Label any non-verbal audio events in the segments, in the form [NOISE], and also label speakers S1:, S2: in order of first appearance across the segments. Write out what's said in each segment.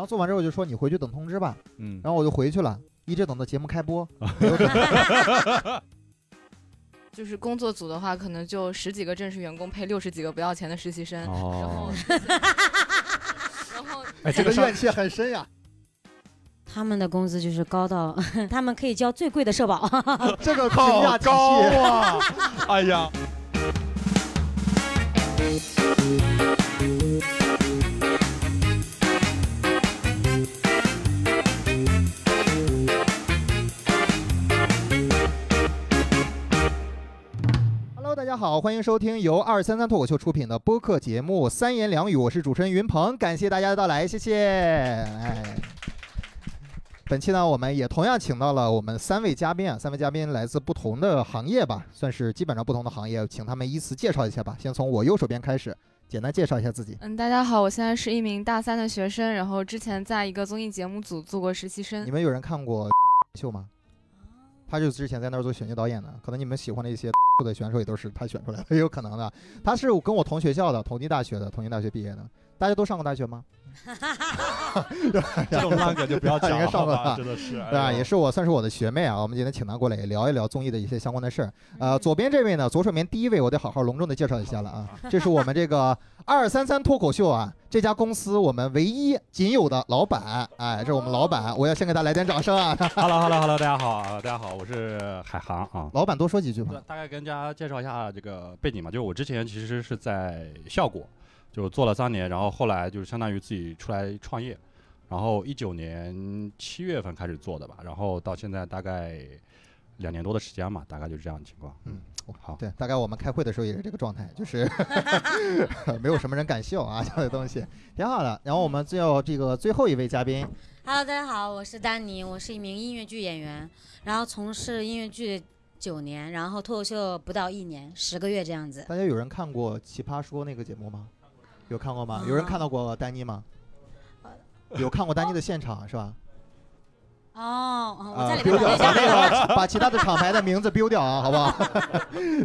S1: 后做完之后就说你回去等通知吧，
S2: 嗯，
S1: 然后我就回去了，一直等到节目开播。
S2: 啊
S1: 没有等
S2: [LAUGHS]
S3: 就是工作组的话，可能就十几个正式员工配六十几个不要钱的实习生，然后
S2: 哦，
S3: 然后
S2: [LAUGHS] 哎，
S1: 这
S2: 这
S1: 个
S2: 个上
S1: 怨气很深
S2: [LAUGHS]
S1: 呀，
S4: 他们的工资就是高到， [LAUGHS] 他们可以交最贵的社保。 [LAUGHS]
S1: 这个评价
S2: 好
S1: 体
S2: 高
S1: 系。 [LAUGHS]
S2: 啊！哎呀，
S1: Hello，大家好，欢迎收听由二三三脱口秀出品的播客节目《三言两语》，我是主持人云鹏，感谢大家的到来，谢谢。哎，本期呢，我们也同样请到了我们三位嘉宾啊，三位嘉宾来自不同的行业吧，算是基本上不同的行业，请他们依次介绍一下吧。先从我右手边开始，简单介绍一下自己。
S3: 嗯，大家好，我现在是一名大三的学生，然后之前在一个综艺节目组做过实习生
S1: 你。们有人看过秀吗？他就之前在那儿做选秀导演的，可能你们喜欢的一些的选手也都是他选出来的，也有可能的。他是跟我同学校的，同济大学的，同济大学毕业的。大家都上过大学吗？
S2: 这种烂梗就不要
S1: [LAUGHS] 应
S2: 讲
S1: 该
S2: 了，
S1: 上
S2: 好
S1: 吧
S2: 吧？真的是，
S1: 对啊，
S2: 哎呦
S1: 也是我算是我的学妹啊。我们今天请她过来也聊一聊综艺的一些相关的事儿。呃，左边这位呢，左手边第一位，我得好好隆重的介绍一下了啊。这是我们这个二三三脱口秀啊这家公司我们唯一仅有的老板，哎，这是我们老板，我要先给他来点掌声啊！ [LAUGHS]
S2: Hello，Hello，Hello，大家好，啊，大家好，我是海航啊。
S1: 老板多说几句吧
S2: 对。，大概跟大家介绍一下这个背景吧。就是我之前其实是在效果，就是做了三年，然后后来就是相当于自己出来创业，然后一九年七月份开始做的吧，然后到现在大概两年多的时间嘛，大概就是这样的情况。
S1: 嗯，
S2: 好，
S1: 对，大概我们开会的时候也是这个状态，就是 [LAUGHS] 没有什么人敢笑啊，这类东西挺好的。然后我们最后这个最后一位嘉宾，
S4: Hello，大家好，我是丹尼，我是一名音乐剧演员，然后从事音乐剧九年，然后脱口秀不到一年，十个月这样子。
S1: 大家有人看过《奇葩说》那个节目吗？有看过吗？有人看到过丹妮吗？有看过丹妮的现场是吧？
S4: 哦，哦我
S1: 啊
S4: 在，里
S1: 丢
S4: 面
S1: 掉，
S4: 找
S1: 把
S4: 对象。
S1: 那个把其他的厂牌的名字丢掉啊，好 [LAUGHS] 不好？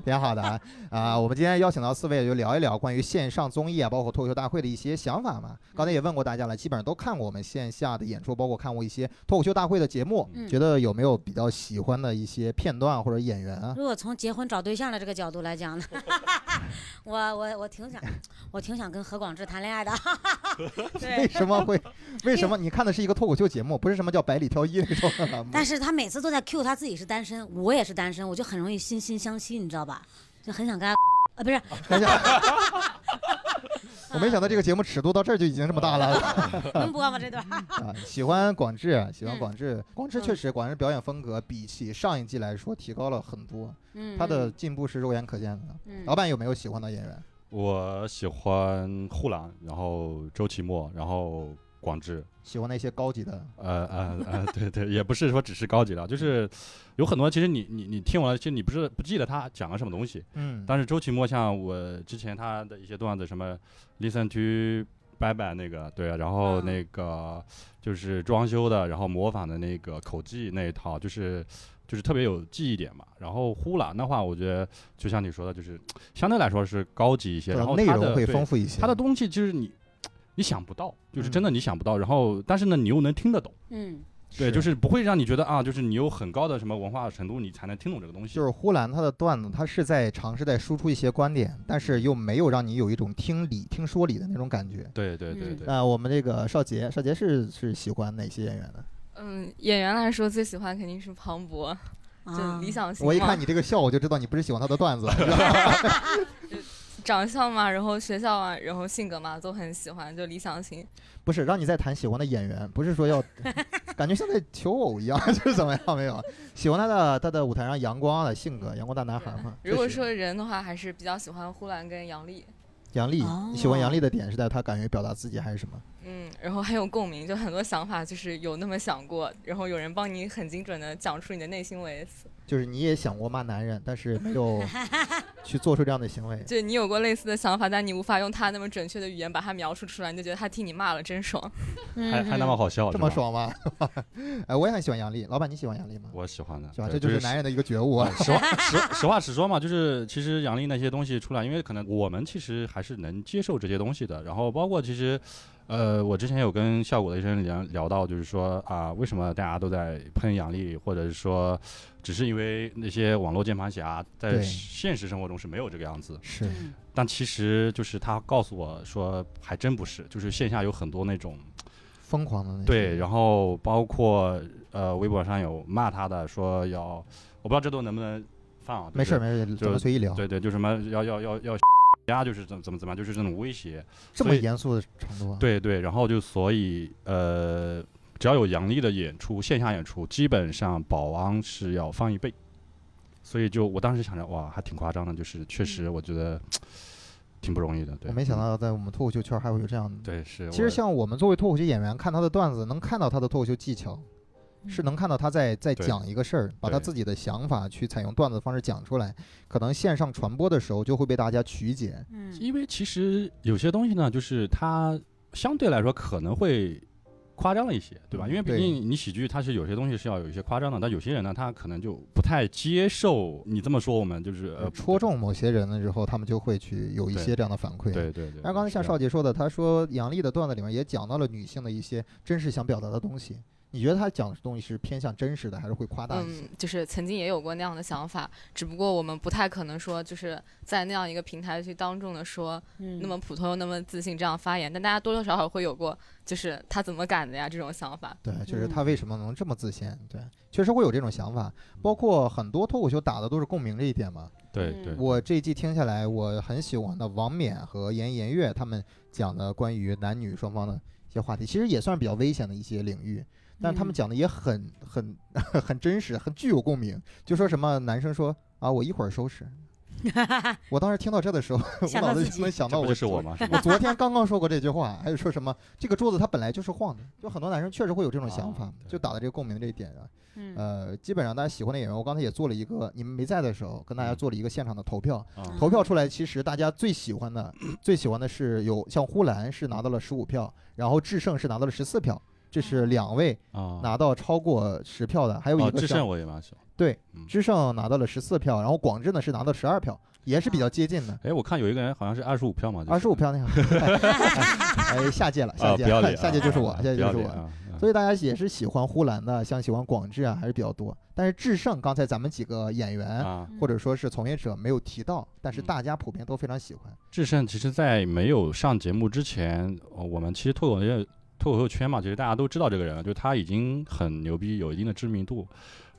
S1: 挺好的啊啊！我们今天邀请到四位，就聊一聊关于线上综艺啊，包括脱口秀大会的一些想法嘛。刚才也问过大家了，基本上都看过我们线下的演出，包括看过一些脱口秀大会的节目，
S4: 嗯
S1: 觉得有没有比较喜欢的一些片段或者演员啊？
S4: [LAUGHS] 如果从结婚找对象的这个角度来讲呢， [LAUGHS] 我我我挺想，我挺想跟何广智谈恋爱的。 [LAUGHS]
S1: 为
S4: 对，
S1: 什么
S4: [LAUGHS]
S1: 会？为什么你看的是一个脱口秀节目，不是什么叫百里挑一那种 [LAUGHS] 的栏目？
S4: 但是他每次都在 cue 他自己是单身，我也是单身，我就很容易惺惺相惜，你知道吧？就很想跟他 [LAUGHS] 啊，不是，
S1: 等一下我没想到这个节目尺度到这儿就已经这么大了。
S4: 能播吗这段？
S1: 啊，喜欢广志，啊喜欢
S4: 嗯
S1: 广志，广志确实，广志表演风格比起上一季来说提高了很多，
S4: 嗯，
S1: 他的进步是肉眼可见的。
S4: 嗯
S1: 老板有没有喜欢的演员？
S2: 我喜欢护栏，然后周奇墨，然后广志，
S1: 喜欢那些高级的，
S2: 呃呃呃， [LAUGHS] 对对，也不是说只是高级了，就是有很多其实你你你听完了，其实你不是不记得他讲了什么东西。
S1: 嗯，
S2: 但是周奇墨像我之前他的一些段子，什么 listen to 拜拜那个，对啊，然后
S4: 嗯
S2: 那个就是装修的，然后模仿的那个口技那一套，就是就是特别有记忆点嘛。然后呼兰的话，我觉得就像你说的，就是相对来说是高级一些，
S1: 对啊
S2: 然后
S1: 内
S2: 他的
S1: 容会
S2: 对
S1: 丰富一些。
S2: 他的东西就是你你想不到，就是
S1: 嗯
S2: 真的你想不到，然后但是呢，你又能听得懂。
S4: 嗯，
S2: 对，就是不会让你觉得啊，就是你有很高的什么文化程度，你才能听懂这个东西。
S1: 就是呼兰他的段子，他是在尝试在输出一些观点，但是又没有让你有一种听理、听说理的那种感觉。
S2: 对对对
S4: 嗯
S2: 对，
S1: 那我们这个少杰，少杰是是喜欢哪些演员的？
S3: 嗯，演员来说最喜欢肯定是庞博，就
S4: 啊
S3: 理想型嘛。
S1: 我一看你这个笑，我就知道你不是喜欢他的段子，是吧
S3: 长相嘛，然后学校啊，然后性格嘛，都很喜欢，就理想型。
S1: 不是让你再谈喜欢的演员，不是说要，感觉像在求偶一样， [LAUGHS] 就是怎么样没有？喜欢他的他的舞台上阳光的性格，阳光大男孩嘛。
S3: 如果
S1: 确实
S3: 说人的话，还是比较喜欢呼兰跟杨笠，
S1: 杨笠，你喜欢
S4: 哦
S1: 杨笠的点是在他敢于表达自己还是什么？
S3: 嗯，然后很有共鸣，就很多想法就是有那么想过，然后有人帮你很精准的讲出你的内心 OS。
S1: 就是你也想过骂男人，但是没有去做出这样的行为。
S3: 就你有过类似的想法，但你无法用他那么准确的语言把它描述出来，你就觉得他替你骂了，真爽。
S4: 嗯
S2: 还还那么好笑，
S1: 嗯这么
S2: 是吧？
S1: 爽吗？ [LAUGHS] 哎，我也很喜欢杨笠。老板，你喜欢杨笠吗？
S2: 我喜欢的，
S1: 喜欢，
S2: 对
S1: 这就是男人的一个觉悟啊。
S2: 实话实实话实说嘛，就是其实杨笠那些东西出来，因为可能我们其实还是能接受这些东西的，然后包括其实。呃，我之前有跟效果的医生聊聊到，就是说啊，为什么大家都在喷杨笠，或者是说，只是因为那些网络键盘侠在
S1: 对
S2: 现实生活中是没有这个样子。
S1: [LAUGHS] 是
S4: 嗯
S2: 但其实就是他告诉我说，还真不是，就是线下有很多那种
S1: 疯狂的那种
S2: 对，然后包括呃，微博上有骂他的，说要我不知道这都能不能放啊，
S1: 没事儿
S2: 没
S1: 没事儿，咱们随意聊。
S2: 对对，就什么要要要要
S1: [LAUGHS]
S2: 呀，就是怎么怎么怎么样，就是这种威胁。
S1: 这
S2: 所
S1: 么
S2: 以
S1: 严肃的程度啊？，
S2: 对对，然后就所以呃，只要有杨笠的演出，线下演出基本上保安是要翻一倍，所以就我当时想着哇，还挺夸张的，就是确实我觉得挺不容易的。
S1: 嗯
S2: 对，
S1: 我没想到在我们脱口秀圈还会有这样的。
S2: 对，是
S1: 其实
S2: 我
S1: 像我们作为脱口秀演员，看他的段子，能看到他的脱口秀技巧，是能看到他在在
S2: 对
S1: 讲一个事儿，把他
S2: 对
S1: 自己的想法去采用段子的方式讲出来。可能线上传播的时候就会被大家曲解。
S4: 嗯
S2: 因为其实有些东西呢，就是它相对来说可能会夸张了一些，对吧？因为毕
S1: 对
S2: 竟你喜剧它是有些东西是要有一些夸张的，但有些人呢，他可能就不太接受你这么说，我们就是呃
S1: 戳。中某些人了之后，他们就会去有一
S2: 对
S1: 些这样的反馈。
S2: 对对对。
S1: 然后刚才
S2: 是
S1: 像
S2: 这
S1: 少
S2: 样
S1: 杰说的，他说杨笠的段子里面也讲到了女性的一些真实想表达的东西。你觉得他讲的东西是偏向真实的，还是会夸大一些？
S3: 嗯，就是曾经也有过那样的想法，只不过我们不太可能说就是在那样一个平台去当众的说
S4: 嗯
S3: 那么普通又那么自信这样发言，但大家多多少少会有过就是他怎么敢的呀这种想法。
S1: 对，就是
S4: 嗯
S1: 他为什么能这么自信？对，确实会有这种想法。包括很多脱口秀打的都是共鸣这一点嘛。
S2: 对对，
S1: 我这一季听下来，我很喜欢的王冕和严颜悦他们讲的关于男女双方的一些话题，其实也算是比较危险的一些领域，但是他们
S4: 嗯
S1: 讲的也很很 [LAUGHS] 很真实，很具有共鸣。就说什么男生说啊，我一会儿收拾。
S4: [LAUGHS]
S1: 我当时听到这的时候，我
S4: 想
S1: 脑
S4: 到
S1: 子
S4: 自
S1: 就
S4: 己
S1: 能想
S2: 这
S1: 到
S2: 不
S1: 我
S2: 就是我吗？是
S1: 我 [LAUGHS]
S2: 吗？
S1: 昨天刚刚说过这句话，还是说什么这个桌子它本来就是晃的，就很多男生确实会有这种想法
S2: 啊，对
S1: 就打到这个共鸣这一点上。
S4: 嗯
S1: 呃，基本上大家喜欢的演员，我刚才也做了一个，你们没在的时候跟大家
S2: 嗯
S1: 做了一个现场的投票，
S2: 啊
S1: 投票出来，其实大家最喜欢的最喜欢的是有像呼兰是拿到了十五票，然后智胜是拿到了十四票。这是两位
S2: 啊，
S1: 拿到超过十票的，还有一
S2: 哦
S1: 个
S2: 智
S1: 像
S2: 胜我也蛮喜欢。
S1: 智胜拿到了十四票，然后广智呢是拿到十二票，也是比较接近的。
S2: 哎，我看有一个人好像是二十五票嘛，就是
S1: 二十五票那个，哎，下届了，下
S2: 啊，
S1: 届
S2: 不要
S1: 了，
S2: 脸，
S1: 下届就是我，
S2: 啊
S1: 下届
S2: 不
S1: 就
S2: 要
S1: 是
S2: 脸
S1: 我。
S2: 啊啊
S1: 所以大家也是喜欢呼兰的，像喜欢广智啊，还是比较多。但是智胜，刚才咱们几个演员
S2: 啊，
S4: 嗯
S1: 或者说是从业者没有提到，但是
S2: 嗯
S1: 大家普遍都非常喜
S2: [LAUGHS]
S1: 欢。
S2: 智胜其实，在没有上节目之前，呃我们其实脱口秀脱口秀圈嘛，其实大家都知道这个人了，就他已经很牛逼，有一定的知名度。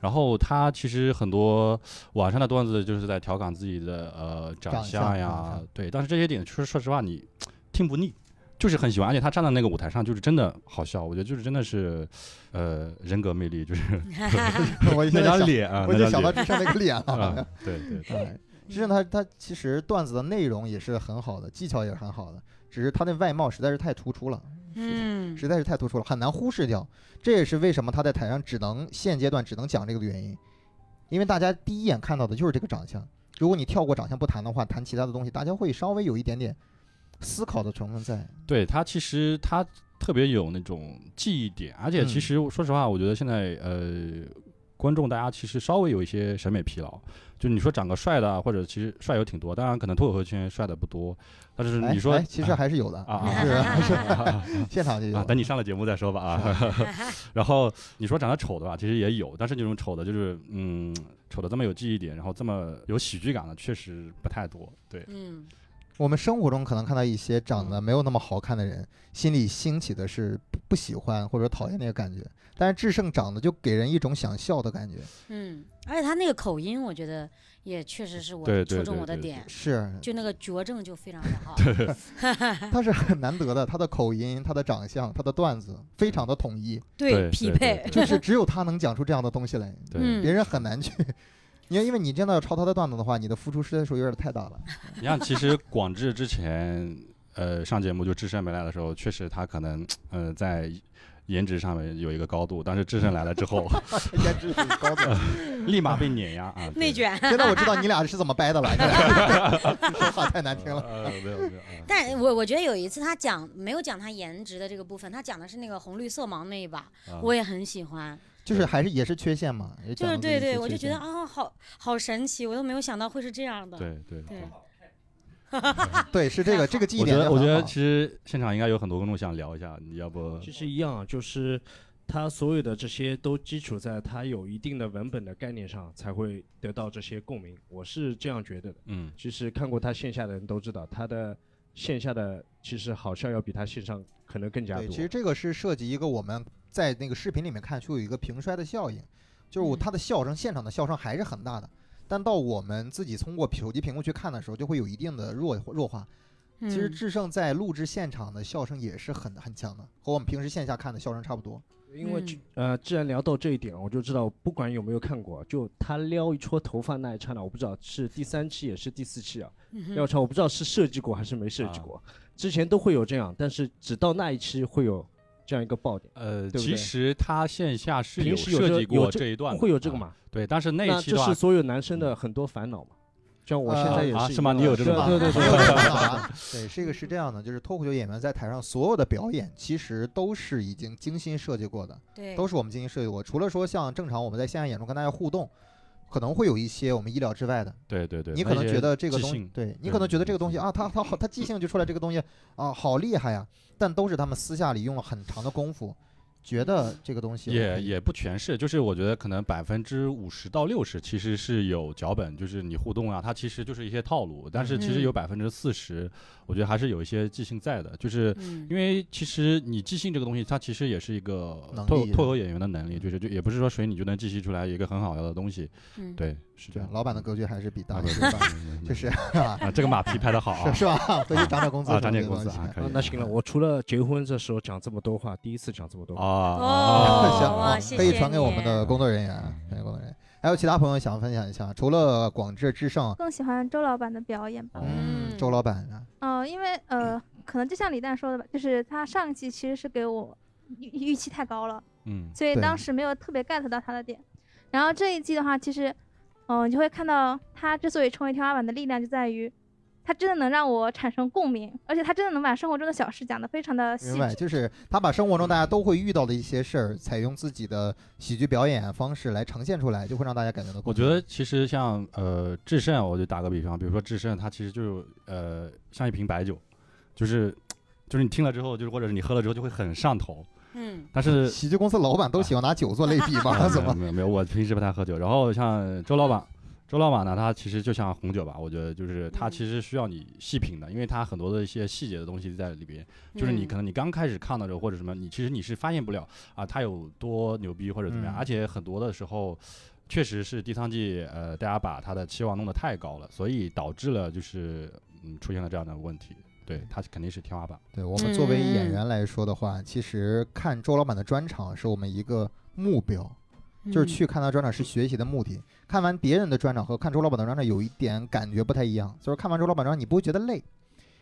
S2: 然后他其实很多网上的段子就是在调侃自己的呃长
S1: 长
S2: 相
S1: 相
S2: 呀
S1: 长相，嗯
S2: 对。但是这些点，说说实话，你听不腻，就是很喜欢。而且他站在那个舞台上，就是真的好笑。我觉得就是真的是，呃，人格魅力，就是
S1: 我
S2: [LAUGHS] 那
S1: 现在
S2: 张
S1: 想，
S2: 脸啊，
S1: 我就
S2: 那张
S1: 想到智
S2: 脸
S1: 胜那个脸
S2: 啊
S1: 了。，
S2: 对对
S1: [LAUGHS]
S2: 对，
S1: 哎智胜他他其实段子的内容也是很好的，技巧也是很好的，只是他那外貌实在是太突出了。
S4: 嗯
S1: 实在是太突出了，很难忽视掉。这也是为什么他在台上只能现阶段只能讲这个的原因，因为大家第一眼看到的就是这个长相。如果你跳过长相不谈的话，谈其他的东西，大家会稍微有一点点思考的成分在。
S2: 对他其实他特别有那种记忆点，而且其
S1: 嗯
S2: 实我说实话，我觉得现在呃，观众大家其实稍微有一些审美疲劳，就你说长个帅的啊，或者其实帅有挺多，当然可能脱口秀圈帅的不多，但是
S1: 哎
S2: 嗯你说、
S1: 哎，其实还是有的
S2: 啊啊
S1: [LAUGHS] 是还是
S2: 啊
S1: 现场就有
S2: 啊，。等你上了节目再说吧啊。 [LAUGHS] 然后你说长得丑的吧，其实也有，但是这种丑的就是嗯，丑的这么有记忆点，然后这么有喜剧感的，确实不太多。 [LAUGHS] 对，
S4: 嗯
S1: 我们生活中可能看到一些长得没有那么好看的人，心里兴起的是不不喜欢或者讨厌那个感觉，但是智胜长得就给人一种想笑的感觉，
S4: 嗯，而且他那个口音，我觉得也确实是我
S2: 对对
S4: 戳中
S2: 对
S4: 我的
S2: 对
S4: 点，
S1: 是
S4: 就那个矫正就非常的好。
S1: 他是很难得的，他的口音、他的长相、他的段子非常的统
S4: [LAUGHS]
S1: 一，
S2: 对
S4: 匹
S2: 对对
S4: 配
S2: 对。
S1: 就是只有他能讲出这样的东西来，
S2: 对，
S4: 嗯
S1: 别人很难去。因为因为你真的要抄他的段子的话，你的付出实在是有点太
S4: [LAUGHS]
S1: 大了。
S2: 你看，其实广智之前呃上节目就智胜没来的时候，确实他可能呃在颜值上面有一个高度，但是智胜来了之后，
S1: 颜值很高的，
S2: 立马被碾压啊，
S4: [LAUGHS] 内 [LAUGHS] 卷，
S1: 现在我知道你俩是怎么掰的
S4: [LAUGHS]
S1: 了。 [LAUGHS] 说话太难听了。
S2: 呃，没有没有，
S4: 但我我觉得有一次他讲没有讲他颜值的这个部分，他讲的是那个红绿色盲那一把，
S2: 啊
S4: 我也很喜欢。
S1: 就是还是也是缺陷嘛，也
S4: 就
S1: 讲
S4: 是
S1: 了
S4: 对
S1: 自己
S4: 对，
S1: 的
S4: 我
S1: 缺
S4: 就觉得
S1: 陷
S4: 啊，好好神奇，我都没有想到会是这样的。
S2: 对对
S4: 对啊
S1: 对，是这个这个记忆
S2: 我觉
S1: 点就
S2: 得，
S1: 很
S2: 我觉
S1: 好
S2: 得其实现场应该有很多观众想聊一下，你要不
S5: 其实一样啊，就是他所有的这些都基础在他有一定的文本的概念上，才会得到这些共鸣。我是这样觉得的。
S2: 嗯，
S5: 其实看过他线下的人都知道，他的线下的其实好像要比他线上可能更加
S1: 对，
S5: 多。
S1: 其实这个是涉及一个我们在那个视频里面看，就有一个平衰的效应，就是我
S3: 嗯
S1: 它的笑声，现场的笑声还是很大的，但到我们自己通过手机屏幕去看的时候，就会有一定的弱弱化。
S4: 嗯
S1: 其实智胜在录制现场的笑声也是很很强的，和我们平时线下看的笑声差不多。
S5: 因为、
S4: 嗯
S5: 这呃，既然聊到这一点，我就知道，不管有没有看过，就他撩一撮头发那一刹那，我不知道是第三期也是第四期啊，
S4: 嗯
S5: 撩一撮我不知道是设计过还是没设计
S2: 啊
S5: 过，之前都会有这样，但是只到那一期会有这样一个爆点，
S2: 呃，
S5: 对不
S2: 其
S5: 对
S2: 实他线下是
S5: 平时有
S2: 设
S5: 这
S2: 计
S5: 有
S2: 过
S5: 这
S2: 这一段的，
S5: 会有这个
S2: 啊？
S5: 嘛？
S2: 对，但是那
S5: 那
S2: 一期
S5: 这
S2: 的话
S5: 是，所有男生的很多烦恼嘛？像我现在也
S2: 啊
S5: 是一
S2: 是吗
S5: 个
S2: 你有这
S5: 对
S2: 种
S5: 对对
S1: 对
S5: 对，
S1: 啊
S2: [LAUGHS]
S1: 对，这个是这样的，就是脱口秀演员在台上所有的表演，其实都是已经精心设计过的。
S4: 对，
S1: 都是我们进行设计过。除了说像正常我们在线下演出跟大家互动，可能会有一些我们意料之外的。
S2: 对对对，
S1: 你可
S2: 那
S1: 能
S2: 些
S1: 觉得这个
S2: 即
S1: 东西
S2: 兴，
S1: 对你
S2: 对嗯
S1: 可能
S2: 对
S1: 觉得
S2: 对
S1: 这个东西
S2: 对
S1: 啊，他他好，他即兴就出来这个东西啊，好厉害呀！但都是他们私下里用了很长的功夫，觉得这个东西我可
S2: 也
S1: 以
S2: 也不全是，就是我觉得可能百分之五十到六十其实是有脚本，就是你互动啊，它其实就是一些套路，但是其实
S1: 嗯
S2: 有百分之四十，我觉得还是有一些即兴在的，就是。
S4: 嗯
S2: 因为其实你即兴这个东西，它其实也是一个
S1: 能
S2: 脱
S1: 力嗯
S2: 脱口演员的能力，就是就也不是说谁你就能即兴出来一个很好笑的东西，
S4: 嗯
S2: 对，是这
S1: 对
S2: 样。
S1: 老板的格局还是比
S2: 啊
S1: 大
S2: 不
S1: 一
S2: 是
S1: 些吧，
S2: 不
S1: 就是是啊
S2: [LAUGHS] 啊，这个马屁拍的好啊
S1: 是是吧？回去涨涨工资
S2: 啊，
S1: 什么
S2: 长点
S1: 这
S2: 工
S1: 个
S2: 资
S1: 东西
S2: 啊，可以
S5: 啊那行了，我除了结婚这时候讲这么多话，第一次讲这么
S2: 哦
S5: 多话。
S2: 啊
S4: 哦
S1: 行，
S4: 哇
S1: 啊
S4: 谢
S1: 可以
S4: 谢
S1: 传给我们
S4: 你
S1: 的工作人员，传给工作人员。还有其他朋友想分享一下，除了广智智胜，
S6: 更喜欢周老板的表演吧。
S1: 嗯，
S4: 嗯
S1: 周老板啊，
S6: 嗯、因为呃，可能就像李诞说的吧，就是他上一季其实是给我预预期太高了，
S2: 嗯
S6: 所以
S1: 对
S6: 当时没有特别 get 到他的点。然后这一季的话，其实，嗯、你就会看到他之所以成为天花板的力量就在于，他真的能让我产生共鸣，而且他真的能把生活中的小事讲得非
S1: [LAUGHS]
S6: 常的细
S1: 明白，
S6: 致。
S1: 就是他把生活中大家都会遇到的一些事儿，采用自己的喜剧表演方式来呈现出来，就会让大家感觉到共
S2: 我
S1: 鸣。
S2: 觉得其实像呃智胜，我就打个比方，比如说智胜，它其实就是呃像一瓶白酒，就是就是你听了之后，就是或者是你喝了之后就会很上头，
S4: 嗯
S2: 但
S1: [LAUGHS]
S2: 是
S1: 喜剧公司老板都喜欢拿酒做类比嘛？怎么？
S2: 没有没有，我平时不太喝酒。然后像周老板，周老板呢，他其实就像红酒吧，我觉得就是他
S4: 嗯
S2: 其实需要你细品的，因为他很多的一些细节的东西在里边。就是
S1: 嗯
S4: 嗯
S2: 你可能你刚开始看到的时候或者什么，你其实你是发现不了啊，他有多牛逼或者怎么样。
S1: 嗯
S2: 而且很多的时候，确实是第三季呃，大家把他的期望弄得太高了，所以导致了就是嗯出现了这样的问题。对他肯定是天花板，
S1: [LAUGHS] 对我们作为演员来说的话，其实看周老板的专场是我们一个目标，就是去看他专场是学习的目的。看完别人的专场和看周老板的专场有一点感觉不太一样，就是看完周老板专场你不会觉得累，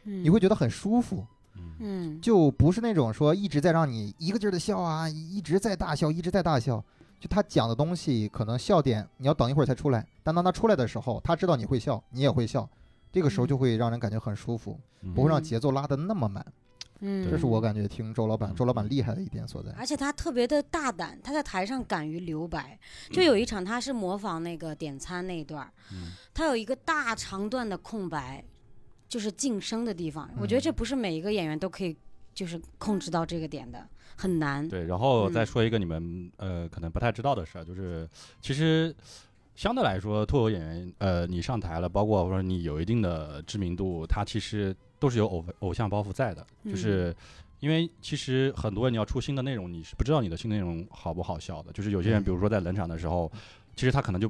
S4: 你
S1: 你会觉得很舒服。
S2: 嗯，
S4: 嗯
S1: 就不是那种说一直在让你一个劲儿的笑啊，一直在大笑，一直在大笑。就他讲的东西，可能笑点你要等一会儿才出来，但当他出来的时候，他知道你会笑，你也会笑，这个时候就会让人感觉很舒服，不会让
S4: 嗯
S1: 节奏拉得那么满。
S4: 嗯，
S1: 这是我感觉听周老板，
S2: 嗯
S1: 周老板厉害的一点所在。
S4: 而且他特别的大胆，他在台上敢于留白。就有一场，他是模仿那个点餐那一段儿，
S2: 嗯
S4: 他有一个大长段的空白，就是晋升的地方。我
S2: 嗯
S4: 觉得这不是每一个演员都可以，就是控制到这个点的，很难。
S2: 对，然后再
S4: 嗯
S2: 说一个你们呃可能不太知道的事儿，就是其实相对来说，脱口演员呃你上台了，包括或者你有一定的知名度，它其实都是有偶偶像包袱在的，就
S4: 嗯
S2: 是。因为其实很多人你要出新的内容，你是不知道你的新内容好不好笑的。就是有些人，
S1: 嗯
S2: 比如说在冷场的时候，其实他可能就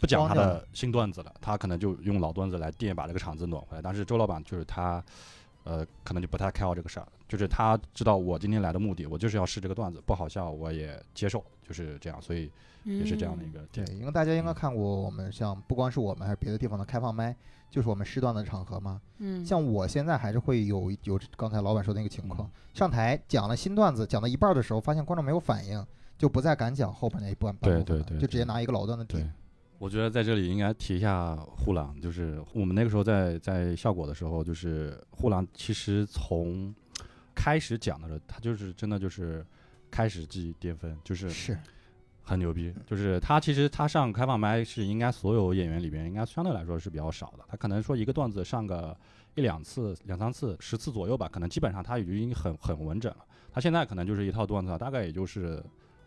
S2: 不讲
S1: 光
S2: 他
S1: 掉
S2: 的新段子了，他可能就用老段子来垫把这个场子暖回来。但是周老板就是他呃，可能就不太 care 这个事儿，就是他知道我今天来的目的，我就是要试这个段子，不好笑我也接受，就是这样，所以
S4: 嗯
S2: 也是这样的一个
S1: 对
S2: 点。，
S1: 因为大家应该
S2: 嗯
S1: 看过我们像不光是我们，还是别的地方的开放麦，就是我们适当的场合嘛。
S4: 嗯，嗯，
S1: 像我现在还是会有有刚才老板说的那个情况
S2: 嗯，
S1: 上台讲了新段子，讲到一半儿的时候，发现观众没有反应，就不再敢讲后边那一半半
S2: 对
S1: 部分
S2: 对
S1: 了
S2: 对
S1: 就直接
S2: 对
S1: 拿一个老段子
S2: 对
S1: 顶。，
S2: 我觉得在这里应该提一下护狼，就是我们那个时候在在效果的时候，就是护狼其实从开始讲的时候，他就是真的就是开始即巅峰，就是
S1: 是，
S2: 很牛逼，就是他其实他上开放麦是应该所有演员里边应该相对来说是比较少的，他可能说一个段子上个一两次、两三次、十次左右吧，可能基本上他已经很很稳整了。他现在可能就是一套段子啊，大概也就是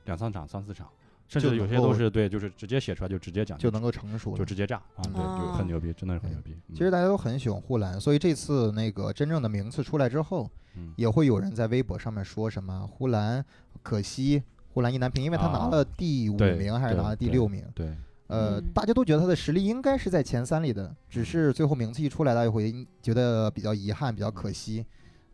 S2: 两三场、三四场，甚
S1: 就
S2: 至有
S1: 能
S2: 些都
S1: 够
S2: 是对，就是直接写出来就直接讲
S1: 就
S2: 清楚，
S1: 能够成熟了。
S2: 就直接炸啊，对，就很牛逼，真的是很牛逼。嗯
S1: 其实大家都很喜欢呼兰，所以这次那个真正的名次出来之后，
S2: 嗯
S1: 也会有人在微博上面说什么呼兰可惜呼兰意难平，因为他拿
S2: 啊
S1: 了第五
S2: 对
S1: 名还是
S2: 对
S1: 拿了第
S2: 对
S1: 六名，
S2: 对，
S1: 呃
S4: 嗯，
S1: 大家都觉得他的实力应该是在前三里的，只是最后名次一出来，大家会觉得比较遗憾，比较可惜。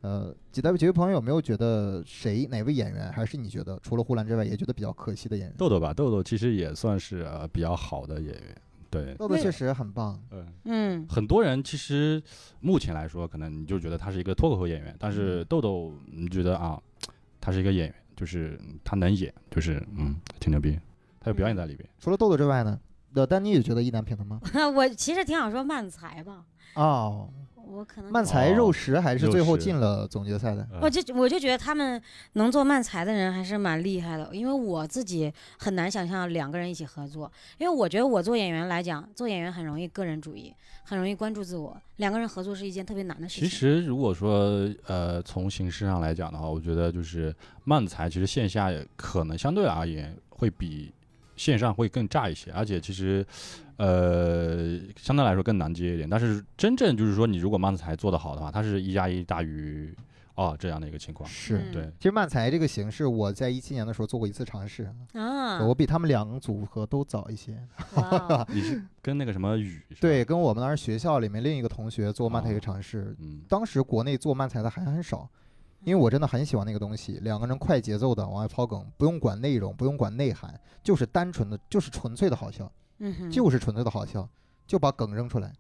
S1: 呃，几位几位朋友有没有觉得谁哪位演员，还是你觉得除了呼兰之外，也觉得比较可惜的演员？
S2: 豆豆吧，豆豆其实也算是呃比较好的演员，对，
S1: 豆豆确实很棒，
S2: 嗯。
S4: 嗯，
S2: 很多人其实目前来说，可能你就觉得他是一个脱口秀演员，但是豆豆你觉得啊，他是一个演员，就是嗯他能演，就是嗯，挺牛逼，他有表演在里边。
S1: 除了豆豆之外呢？呃，丹妮也觉得意难平的吗？
S4: 嗯 [LAUGHS] 我其实挺想说慢才吧，
S1: 哦，
S4: 我可能
S1: 慢才
S2: 哦
S1: 肉食还是最后
S2: 肉食
S1: 进了总决赛的。
S4: 我就我就觉得他们能做漫才的人还是蛮厉害的，因为我自己很难想象两个人一起合作，因为我觉得我做演员来讲，做演员很容易个人主义，很容易关注自我，两个人合作是一件特别难的
S2: 其
S4: 事情。
S2: 实如果说呃从形式上来讲的话，我觉得就是漫才其实线下也可能相对而言会比线上会更炸一些，而且其实呃相对来说更难接一点。但是真正就是说你如果漫才做得好的话，它是一加一大于二这样的一个情况。
S1: 是，
S4: 嗯
S2: 对，
S1: 其实慢才这个形式，我在一七年的时候做过一次尝试，
S4: 啊，
S1: 我比他们两个组合都早一些。
S4: 哇
S1: [LAUGHS]
S4: 哦
S2: 你是跟那个什么雨是吧
S1: 啊对，，跟我们当时学校里面另一个同学做慢才
S2: 哦
S1: 的尝试，
S2: 嗯，
S1: 当时国内做慢才的还很少，因为我真的很喜欢那个东西，两个人快节奏的往外抛梗，不用管内容，不用管内涵，就是单纯的，就是纯粹的好笑，
S4: 嗯哼，
S1: 就是纯粹的好笑，就把梗扔出来，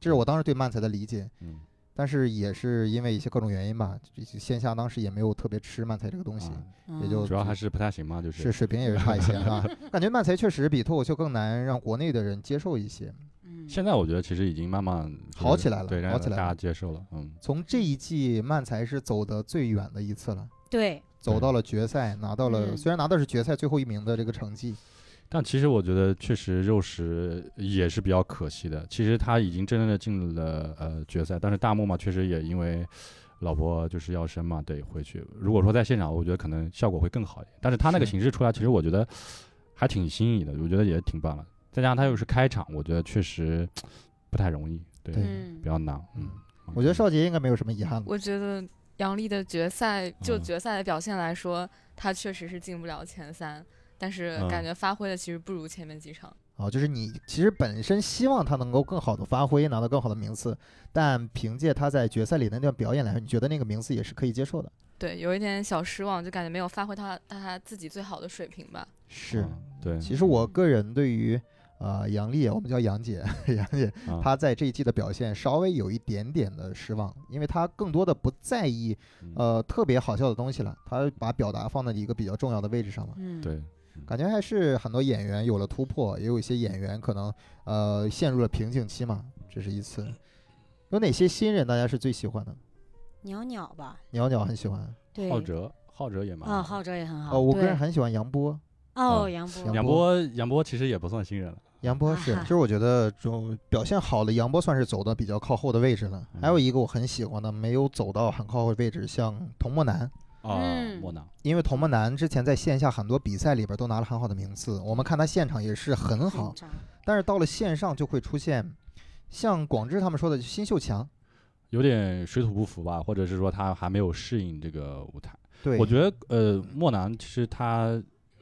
S1: 这是我当时对慢才的理解。
S2: 嗯
S1: 但是也是因为一些各种原因吧，这这线下当时也没有特别吃慢才这个东西，
S2: 啊
S4: 嗯
S1: 也就
S2: 主要还是不太行嘛，就是
S1: 是水平也是差一些，是
S2: [LAUGHS]
S1: 吧？感觉慢才确实比脱口秀更难让国内的人接受一些。
S4: 嗯
S2: 现在我觉得其实已经慢慢就是
S1: 好起来了
S2: 对，让
S1: 好起来
S2: 大
S1: 了
S2: 家接受了，嗯，
S1: 从这一季慢才是走得最远的一次了。
S4: 对，
S1: 走
S2: 对
S1: 到了决赛，拿到了、
S4: 嗯
S1: 虽然拿到是决赛最后一名的这个成绩，
S2: 但其实我觉得，确实肉食也是比较可惜的。其实他已经真正的进了呃决赛，但是大木嘛，确实也因为老婆就是要生嘛，得回去。如果说在现场，我觉得可能效果会更好一点。但是他那个
S1: 是
S2: 形式出来，其实我觉得还挺新颖的，我觉得也挺棒的。再加上他又是开场，我觉得确实不太容易，对，
S1: 对
S4: 嗯
S2: 比，较难。嗯，
S1: 我觉得少杰应该没有什么遗憾了。
S3: 我觉得杨笠的决赛，就
S2: 嗯
S3: 决赛的表现来说，他确实是进不了前三，但是
S2: 嗯
S3: 感觉发挥的其实不如前面几场。
S1: 啊，就是你其实本身希望他能够更好的发挥，拿到更好的名次，但凭借他在决赛里那段表演来说，你觉得那个名次也是可以接受的。
S3: 对，有一点小失望，就感觉没有发挥他他自己最好的水平吧。
S1: 是
S2: 嗯对，
S1: 其实我个人对于呃杨丽，我们叫杨姐， [LAUGHS] 杨姐
S2: 嗯
S1: 她在这一季的表现稍微有一点点的失望，因为她更多的不在意
S2: 嗯
S1: 呃特别好笑的东西了，她把表达放在一个比较重要的位置上了。
S4: 嗯，
S2: 对，
S1: 感觉还是很多演员有了突破，也有一些演员可能呃陷入了瓶颈期嘛。这是一次，有哪些新人大家是最喜欢的？
S4: 袅袅吧，
S1: 鸟鸟很喜欢，
S4: 嗯对，
S2: 浩哲，浩哲也蛮
S4: 啊，
S2: 好
S4: 浩哲也很好，
S1: 呃，我个人
S4: 对
S1: 很喜欢杨波，
S4: 哦，
S2: 嗯
S4: 杨
S1: 杨
S4: 波，
S2: 杨波，杨波其实也不算新人了。
S1: 杨波是，
S4: 啊
S1: 其实我觉得就表现好的杨波算是走的比较靠后的位置了。还
S2: 嗯
S1: 有一个我很喜欢的，没有走到很靠后的位置，像童梦楠，
S2: 啊
S4: 嗯，
S2: 莫囊，
S1: 因为童梦楠之前在线下很多比赛里边都拿了很好的名次，我们看他现场也是很好
S4: 紧，张，
S1: 但是到了线上就会出现像广志他们说的新秀强。
S2: 有点水土不服吧，或者是说他还没有适应这个舞台。
S1: 对，
S2: 我觉得，呃，莫南其实他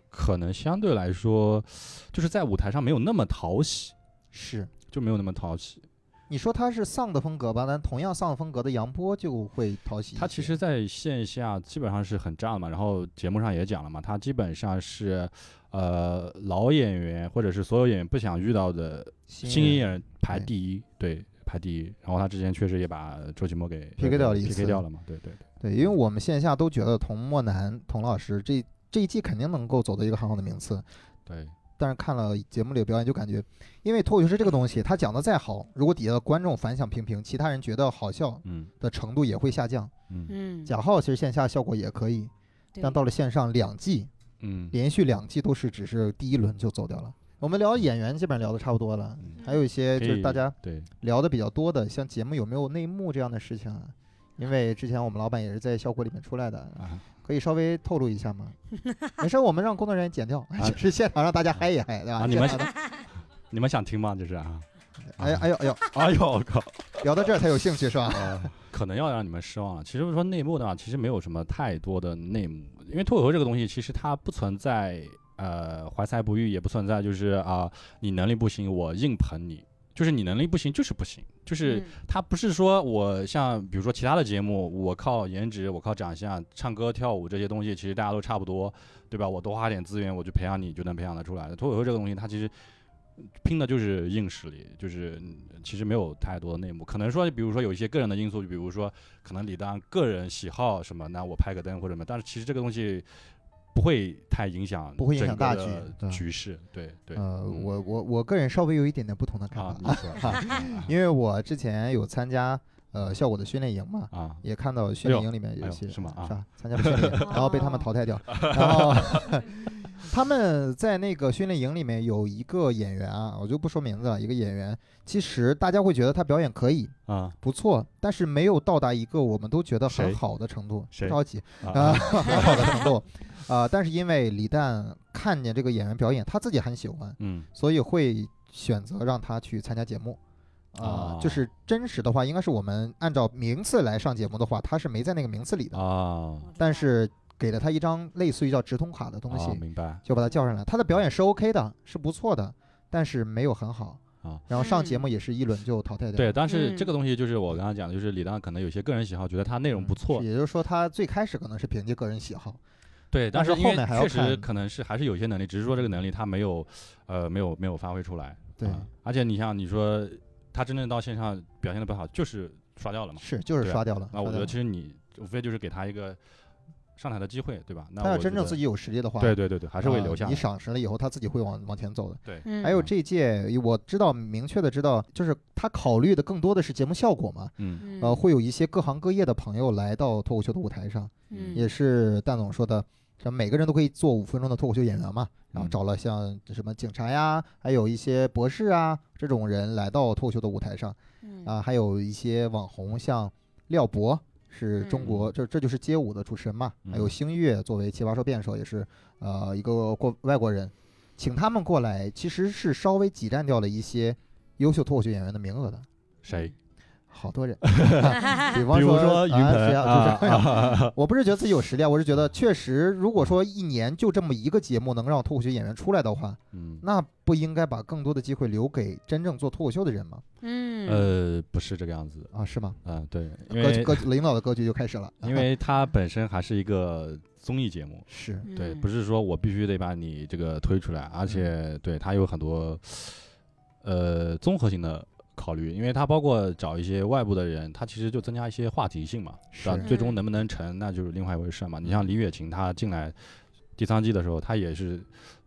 S2: 可能相对来说，就是在舞台上没有那么讨喜，
S1: 是。
S2: 就没有那么讨喜。
S1: 你说他是丧的风格吧，但同样丧风格的杨波就会讨喜一些。
S2: 他其实在线下基本上是很炸的嘛，然后节目上也讲了嘛，他基本上是，呃，老演员或者是所有演员不想遇到的新
S1: 人
S2: 演员排
S1: 对
S2: 第一，对，排第一。然后他之前确实也把周奇墨给
S1: PK 掉了一
S2: PK
S1: 次
S2: 掉了嘛，对对对。
S1: 对，因为我们线下都觉得童墨南、童老师这这一季肯定能够走到一个很好的名次，
S2: 对
S1: 但是看了节目里的表演就感觉，因为脱口秀是这个东西，他讲的再好，如果底下的观众反响平平，其他人觉得好笑
S2: 嗯
S1: 的程度也会下降。
S2: 嗯
S4: 嗯，
S1: 贾浩其实线下效果也可以，
S4: 对
S1: 但到了线上两季
S2: 嗯，
S1: 连续两季都是只是第一轮就走掉了，我们聊演员基本上聊的差不多了，
S2: 嗯
S1: 还有一些
S2: 可
S1: 就是
S2: 以
S1: 大家
S2: 对，
S1: 聊的比较多的，像节目有没有内幕这样的事情啊？因为之前我们老板也是在效果里面出来的，
S2: 啊
S1: 可以稍微透露一下吗？没事儿，我们让工作人员剪掉， [LAUGHS] 就是现场让大家嗨一嗨，对吧？
S2: 啊啊你们
S1: 现场
S2: 你们想听吗？这是啊，
S1: [LAUGHS] 哎呀哎呦哎呦，
S2: [LAUGHS] 哎呦我靠！
S1: 聊到这儿才有兴趣是吧？
S2: [LAUGHS] 呃，可能要让你们失望了。其实说内幕的话，其实没有什么太多的内幕，因为脱口秀这个东西，其实它不存在呃怀才不遇，也不存在就是啊、你能力不行，我硬捧你，就是你能力不行就是不行，
S4: 嗯
S2: 就是它不是说我像比如说其他的节目，我靠颜值，我靠长相，唱歌跳舞这些东西，其实大家都差不多，对吧？我多花点资源，我去培养你，就能培养得出来的。脱口秀这个东西，它其实拼的就是硬实力，就是嗯其实没有太多的内幕。可能说，比如说有一些个人的因素，就比如说可能李诞个人喜好什么，那我拍个灯或者什么，但是其实这个东西不会太影响，
S1: 不会影响大局对
S2: 局势。对对，
S1: 呃，
S2: 嗯
S1: 我我我个人稍微有一点点不同的看
S2: 啊，嗯
S1: 法
S2: 你，
S1: [LAUGHS]
S2: 说
S1: 因为我之前有参加呃效果的训练营嘛，
S2: 啊，
S1: 也看到训练营里面
S2: 哎
S1: 有
S2: 呦
S1: 些、
S2: 是吗啊
S1: 是吧？参加了训练营，然后被他们淘汰掉，然后 [LAUGHS] 他们在那个训练营里面有一个演员啊，我就不说名字了，一个演员，其实大家会觉得他表演可以
S2: 啊
S1: 不错，但是没有到达一个我们都觉得很
S2: 谁
S1: 好的程度，不
S2: 谁
S1: 着急啊， [LAUGHS]
S2: 啊
S1: 很好的程度。啊、但是因为李诞看见这个演员表演，他自己很喜欢，
S2: 嗯
S1: 所以会选择让他去参加节目。啊、
S2: 哦
S1: 就是真实的话，应该是我们按照名次来上节目的话，他是没在那个名次里的，
S2: 啊
S4: 我知
S1: 但
S4: 道
S1: 是给了他一张类似于叫直通卡的东西，
S2: 啊，明白
S1: 就把他叫上来。他的表演是 OK 的，是不错的，但是没有很好。
S2: 啊。
S1: 然后上节
S4: 嗯
S1: 目也是一轮就淘汰掉。
S2: 对，但是这
S4: 嗯
S2: 个东西就是我刚刚讲的，就是李诞可能有些个人喜好，觉得他内容
S1: 嗯
S2: 不错，哦
S1: 也就是说他最开始可能是凭借个人喜好，
S2: 对，
S1: 但
S2: 但
S1: 是
S2: 是因
S1: 后
S2: 为
S1: 面还要
S2: 确实
S1: 看
S2: 可能是还是有些能力，只是说这个能力他没有，呃，没有没有发挥出来。
S1: 对，
S2: 啊而且你像你说他真正到线上表现的不好，就是刷掉了嘛。
S1: 是就是
S2: 对啊
S1: 刷掉了。
S2: 那
S1: 刷
S2: 我觉
S1: 掉
S2: 得
S1: 了
S2: 其实你无非就是给他一个上台的机会，对吧？那
S1: 他要
S2: 我
S1: 真
S2: 觉
S1: 正
S2: 得
S1: 自己有实力的话，
S2: 对对对对，还是会
S1: 啊
S2: 留下来。
S1: 你赏识了以后，他自己会往往前走的。
S4: 嗯
S1: 还有这一届，我知道明确的知道，就是他考虑的更多的是节目效果嘛，
S2: 嗯，
S1: 呃，会有一些各行各业的朋友来到脱口秀的舞台上，
S4: 嗯
S1: 也是蛋总说的，这每个人都可以做五分钟的脱口秀演员嘛。然后
S2: 嗯
S1: 找了像什么警察呀，还有一些博士啊这种人来到脱口秀的舞台上
S4: 嗯
S1: 啊，还有一些网红，像廖博是中国，这这就是街舞的主持人嘛，还有
S2: 嗯
S1: 星月作为奇葩说辩手也是呃一个过外国人，请他们过来其实是稍微挤占掉了一些优秀脱口秀演员的名额的，
S2: 谁？
S1: 好
S2: [LAUGHS]
S1: 多人。
S4: 嗯
S1: 比方
S2: 比如说
S1: 于
S2: 于
S1: 啊
S2: 盆
S1: 谁啊
S2: 啊
S1: 就是
S2: [LAUGHS]
S1: 我不是觉得自己有实力啊，我是觉得确实，如果说一年就这么一个节目能让脱口秀演员出来的话，
S2: 嗯，
S1: 那不应该把更多的机会留给真正做脱口秀的人吗？
S4: 嗯
S2: 呃，不是这个样子
S1: 啊，是吗？
S2: 啊，对，因
S1: 格
S2: 为
S1: 局格局领导的格局就开始 [LAUGHS] 了，
S2: 因为它本身还是一个综艺节目，
S1: 是
S2: 对，
S4: 嗯
S2: 不是说我必须得把你这个推出来，而且
S1: 嗯
S2: 对它有很多呃综合性的考虑，因为它包括找一些外部的人，它其实就增加一些话题性嘛，是吧
S1: 是？嗯
S2: 最终能不能成，那就是另外一回事嘛。你像李雪琴，她进来第三季的时候，她也是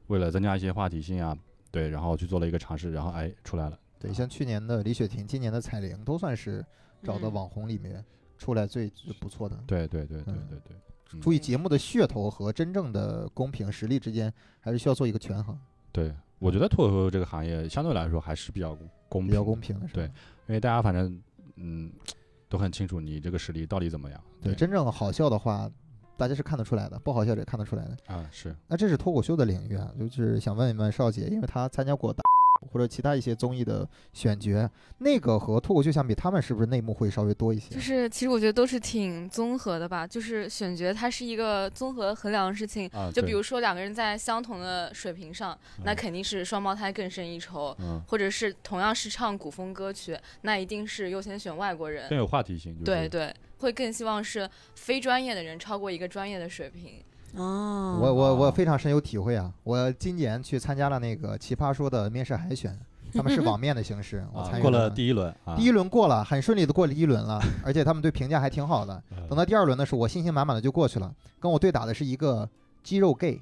S2: 为了增加一些话题性啊，对，然后去做了一个尝试，然后哎出来了，
S1: 对，像去年的李雪琴，今年的彩玲，都算是找的
S4: 嗯
S1: 网红里面出来最最不错的。
S2: 对对对对
S1: 嗯
S2: 对对，嗯
S1: 注意节目的噱头和真正的公平实力之间，还是需要做一个权衡，
S2: 对，我觉得脱口秀这个行业相对来说还是比较公平
S1: 比
S2: 的，
S1: 较公平的是吧。
S2: 对因为大家反正嗯都很清楚你这个实力到底怎么样。
S1: 对，真正好笑的话，大家是看得出来的，不好笑也看得出来的。
S2: 啊是
S1: 那这是脱口秀的领域啊，就是想问一问邵姐，因为她参加过大或者其他一些综艺的选角，那个和脱口秀相比，他们是不是内幕会稍微多一些
S3: 就？是其实我觉得都是挺综合的吧，就是选角它是一个综合衡量的事情。
S2: 啊，
S3: 就
S2: 对
S3: 比如说两个人在相同的水平上，那
S2: 嗯
S3: 肯定是双胞胎更胜一筹，
S2: 嗯
S3: 或者是同样是唱古风歌曲，那一定是优先选外国人
S2: 更。有话题性，就是
S3: 对对，会更希望是非专业的人超过一个专业的水平。
S4: 哦，
S1: 我我我非常深有体会啊！我今年去参加了那个奇葩说的面试海选，他们是网面的形式，我参
S2: 啊
S1: 与
S2: 过了
S1: 第
S2: 第一轮啊，
S1: 第一轮过了，很顺利的过了第一轮了，而且他们对评价还挺好
S2: [LAUGHS] 呃
S1: 的。等到第二轮的时候，我信心满满的就过去了，跟我对打的是一个肌肉 gay。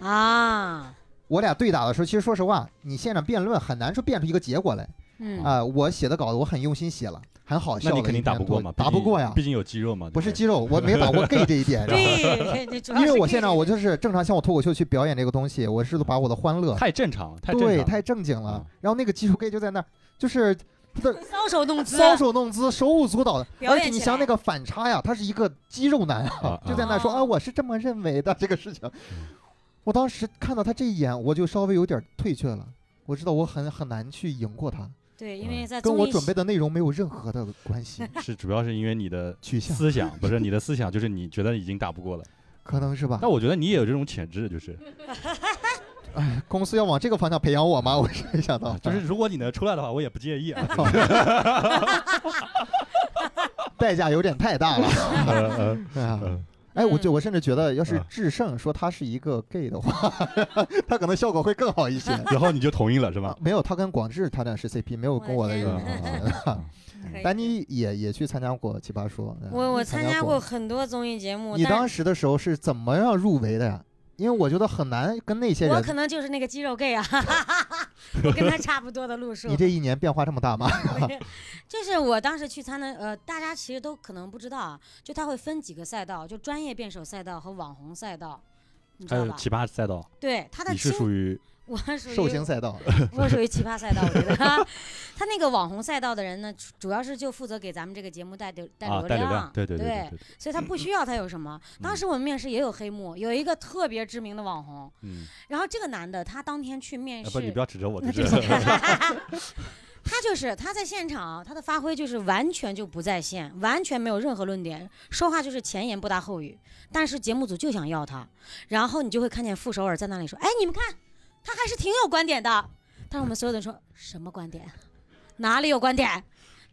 S4: 啊，
S1: 我俩对打的时候，其实说实话，你现场辩论很难说辩出一个结果来，
S4: 嗯
S1: 啊、我写的稿子我很用心写了，很好笑
S2: 那
S1: 了一
S2: 你
S1: 篇多。
S2: 肯定打不过嘛，
S1: 打
S2: 毕
S1: 不
S2: 竟
S1: 过呀
S2: 毕，竟有肌肉嘛，对
S1: 不是
S2: 对
S1: 肌肉，我没把握 gay 这一
S2: [LAUGHS]
S1: 点。
S4: 对，这主要
S1: 因为
S4: 是
S1: 我
S4: 这
S1: 现
S4: 个
S1: 场我就是正常像我脱口秀去表演这个东西，我是把我的欢乐，
S2: 太正常，太正常
S1: 对，
S2: 了，
S1: 太正经了
S2: 嗯。
S1: 然后那个技术 gay 就在那儿，就是
S4: 搔首弄姿，啊
S1: 搔首弄姿、手舞足蹈的，
S4: 表
S1: 而
S4: 演
S1: 且你
S4: 起
S1: 想
S4: 来
S1: 那个反差呀，他是一个肌肉男啊 [LAUGHS]
S2: 啊，嗯
S1: 就在那说
S4: 哦
S1: 啊，我是这么认为的这个事情。 [LAUGHS] 我当时看到他这一眼，我就稍微有点退却了。我知道我很很难去赢过他，
S4: 对，因为在
S1: 嗯跟
S4: 综
S1: 我
S4: 艺
S1: 准备
S4: 系
S1: 的内容没有任何的关
S4: [LAUGHS]
S1: 系
S2: 是主要是因为你的
S1: 取向，
S2: 思想不是你的思想，就是你觉得已经打不过了。
S1: 可能是吧
S2: 但？我觉得你也有这种潜质，就是
S1: 公司要往这个方向培养我吗？我 [LAUGHS] 是没想到
S2: 啊，就是如果你能出来的话，我也不介意啊。
S1: 代价有点太大
S2: [LAUGHS]
S1: 了。 [LAUGHS]
S2: 呃
S1: 哎呀
S2: 呃
S1: 哎，我
S4: 嗯
S1: 就我甚至觉得，要是
S2: 啊
S1: 智胜说他是一个 gay 的话， [LAUGHS] 他可能效果会更好一
S4: [LAUGHS]
S1: 些。
S2: 然后你就同意了是
S1: 啊
S2: 吧？
S1: 没有，他跟广志他俩是 CP，没有跟我
S4: 我的
S1: 的
S4: 天
S1: 有
S2: 啊啊啊
S4: 可以
S1: 丹妮也也去参加过《奇葩说》嗯，
S4: 我我
S1: 参
S4: 参加
S1: 过
S4: 过。很多综艺节目，
S1: 你
S4: 但
S1: 当时的时候是怎么样入围的呀？因为我觉得很难跟那些
S4: 我
S1: 人。
S4: 可能就是那个肌肉
S1: [LAUGHS]
S4: gay 啊，我跟他差不多的路数
S1: 你。这一年变化这么大吗？ [LAUGHS]
S4: [LAUGHS] 就是我当时去参的，呃，大家其实都可能不知道啊，就他会分几个赛道，就专业辩手赛道和网红赛道，你哦知
S2: 还
S1: 呃
S4: 道
S2: 有
S4: 吧？
S2: 呃奇葩赛道，
S4: 对，他的
S2: 你是
S4: 亲，
S2: 属于
S4: 我属于
S1: 寿星赛
S4: [LAUGHS]
S1: 道，
S4: 我属于奇葩赛道，我觉得 [LAUGHS] 他那个网红赛道的人呢，主主要是就负责给咱们这个节目带流带
S2: 啊
S4: 流
S2: 带流量，对对
S4: 对
S2: 对嗯对，
S4: 所以他不需要他有什么。当时我们面试也有黑幕，有一个特别知名的网红，
S2: 嗯，
S4: 然后这个男的他当天去面
S2: 啊
S3: 哎
S4: 试，
S2: 不你不要指着我，就是
S4: [LAUGHS] 他就是他在现场，他的发挥就是完全就不在线，完全没有任何论点，说话就是前言不搭后语。但是节目组就想要他，然后你就会看见傅首尔在那里说：“哎，你们看，他还是挺有观点的。”但是我们所有的人说什么观点？哪里有观点？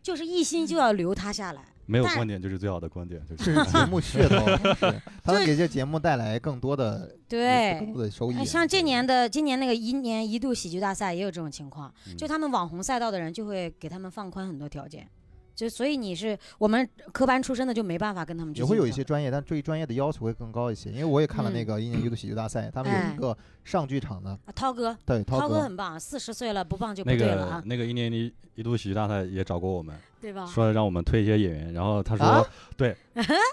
S4: 就是一心就要留他下来。
S2: [LAUGHS] 没有
S4: 但
S2: 观点就是最好的观点，就是
S1: 这
S2: [LAUGHS]
S1: 是节目噱
S4: [LAUGHS]
S1: 头，是他能给这节目带来更多的更
S4: 对，
S1: 多的收
S4: 哎
S1: 益。啊
S4: 像这年的今年那个一年一度喜剧大赛也有这种情况，
S1: 嗯
S4: 就他们网红赛道的人就会给他们放宽很多条件，就所以你是我们科班出身的就没办法跟他们去
S1: 也会有一
S4: 竞争
S1: 些专业，但对专业的要求会更高一些。因为我也看了那
S4: 嗯
S1: 个一年一度喜剧大赛，他们有
S4: 哎
S1: 一个上剧场的，
S4: 啊涛哥，
S1: 对
S4: 涛
S1: 涛哥，
S4: 很棒，四十岁了不棒就不
S2: 那
S4: 对了
S2: 个
S4: 啊，
S2: 那个一年一一度喜剧大赛也找过我们，
S4: 对
S3: 哦
S4: 吧？
S2: 说让我们推一些演员，然后他
S1: 啊
S3: [LAUGHS]
S2: [LAUGHS] 说对，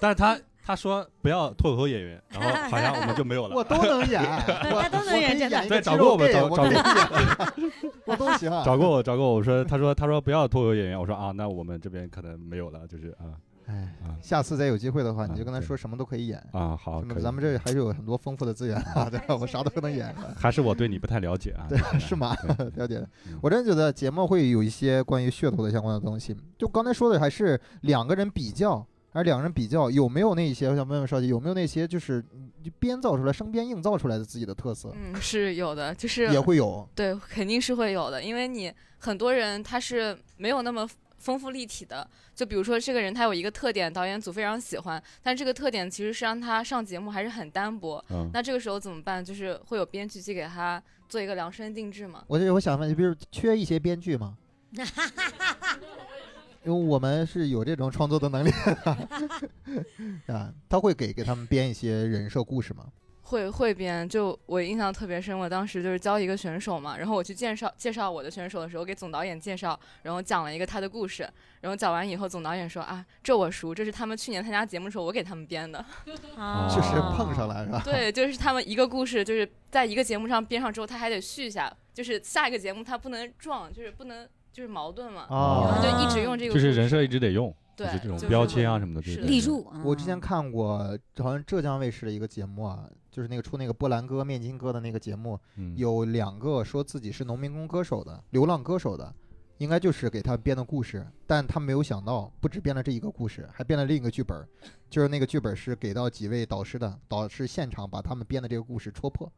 S2: 但是他他说不要脱口演员，然
S3: [LAUGHS]
S2: 后好像我们就没有
S1: 我
S2: 了。啊
S1: 都能
S4: [LAUGHS]
S1: 演，我
S4: 他都能
S1: 我可以
S4: 演
S1: 演
S4: 真的
S1: 一个
S2: 对
S1: 肌
S2: 找
S1: 肉
S2: 过我们
S1: gay，
S2: 找
S1: 我
S2: 找
S1: 可以演 [LAUGHS] 我都行啊。
S2: 找过我，找过我，我说，他说，他说不要脱口演员，我说啊，那我们这边可能没有了，就是啊
S1: 哎
S2: 啊，
S1: 下次再有机会的话，你就跟他
S2: 啊对
S1: 说什么都可以演。
S2: 啊，好，
S1: 什么
S2: 可以
S1: 咱们这还是有很多丰富的资源啊，对吧？我啥都能
S4: [LAUGHS]
S1: 演，
S2: 还是我对你不太了解啊，
S1: 对，是吗？ [LAUGHS] 了解
S2: 嗯。
S1: 我真觉得节目会有一些关于噱头的相关的东西。就刚才说的，还是两个人比较，而两个人比较有没有那些？我想问问少姐，有没有那些就是你编造出来、生编硬造出来的自己的特色，
S3: 嗯，是有的，就是
S1: 也会有。
S3: 对，肯定是会有的，因为你很多人他是没有那么丰富立体的。就比如说这个人，他有一个特点，导演组非常喜欢，但这个特点其实是让他上节目还是很单薄。
S2: 嗯，
S3: 那这个时候怎么办？就是会有编剧去给他做一个量身定制嘛。
S1: 我就我想问，比如缺一些编剧
S3: [LAUGHS]
S1: 吗？因为我们是有这种创作的能力 [LAUGHS] 啊，他会给给他们编一些人设故事吗？
S3: 会会编，就我印象特别深，我当时就是教一个选手嘛，然后我去介绍介绍我的选手的时候，给总导演介绍，然后讲了一个他的故事，然后讲完以后，总导演说啊，这我熟，这是他们去年参加节目的时候我给他们编的，
S4: 啊
S1: 就是碰上了是 [LAUGHS] 吧？
S3: 对，就是他们一个故事，就是在一个节目上编上之后，他还得续一下，就是下一个节目他不能撞，就是不能就是矛盾嘛，
S1: 啊
S2: 啊
S3: 就一直用这个故
S2: 就
S3: 事，
S2: 是人设一直得用，
S3: 对
S2: 就是这种
S3: 就是
S2: 标签啊什么的，
S3: 是
S2: 对
S3: 的
S4: 立住。啊
S1: 我之前看过，好像浙江卫视的一个节目啊，就是那个出那个波兰歌、面筋歌的那个节目，
S2: 嗯
S1: 有两个说自己是农民工歌手的、流浪歌手的，应该就是给他编的故事，但他没有想到，不只编了这一个故事，还编了另一个剧本儿，就是那个剧本是给到几位导师的，导师现场把他们编的这个故事戳破，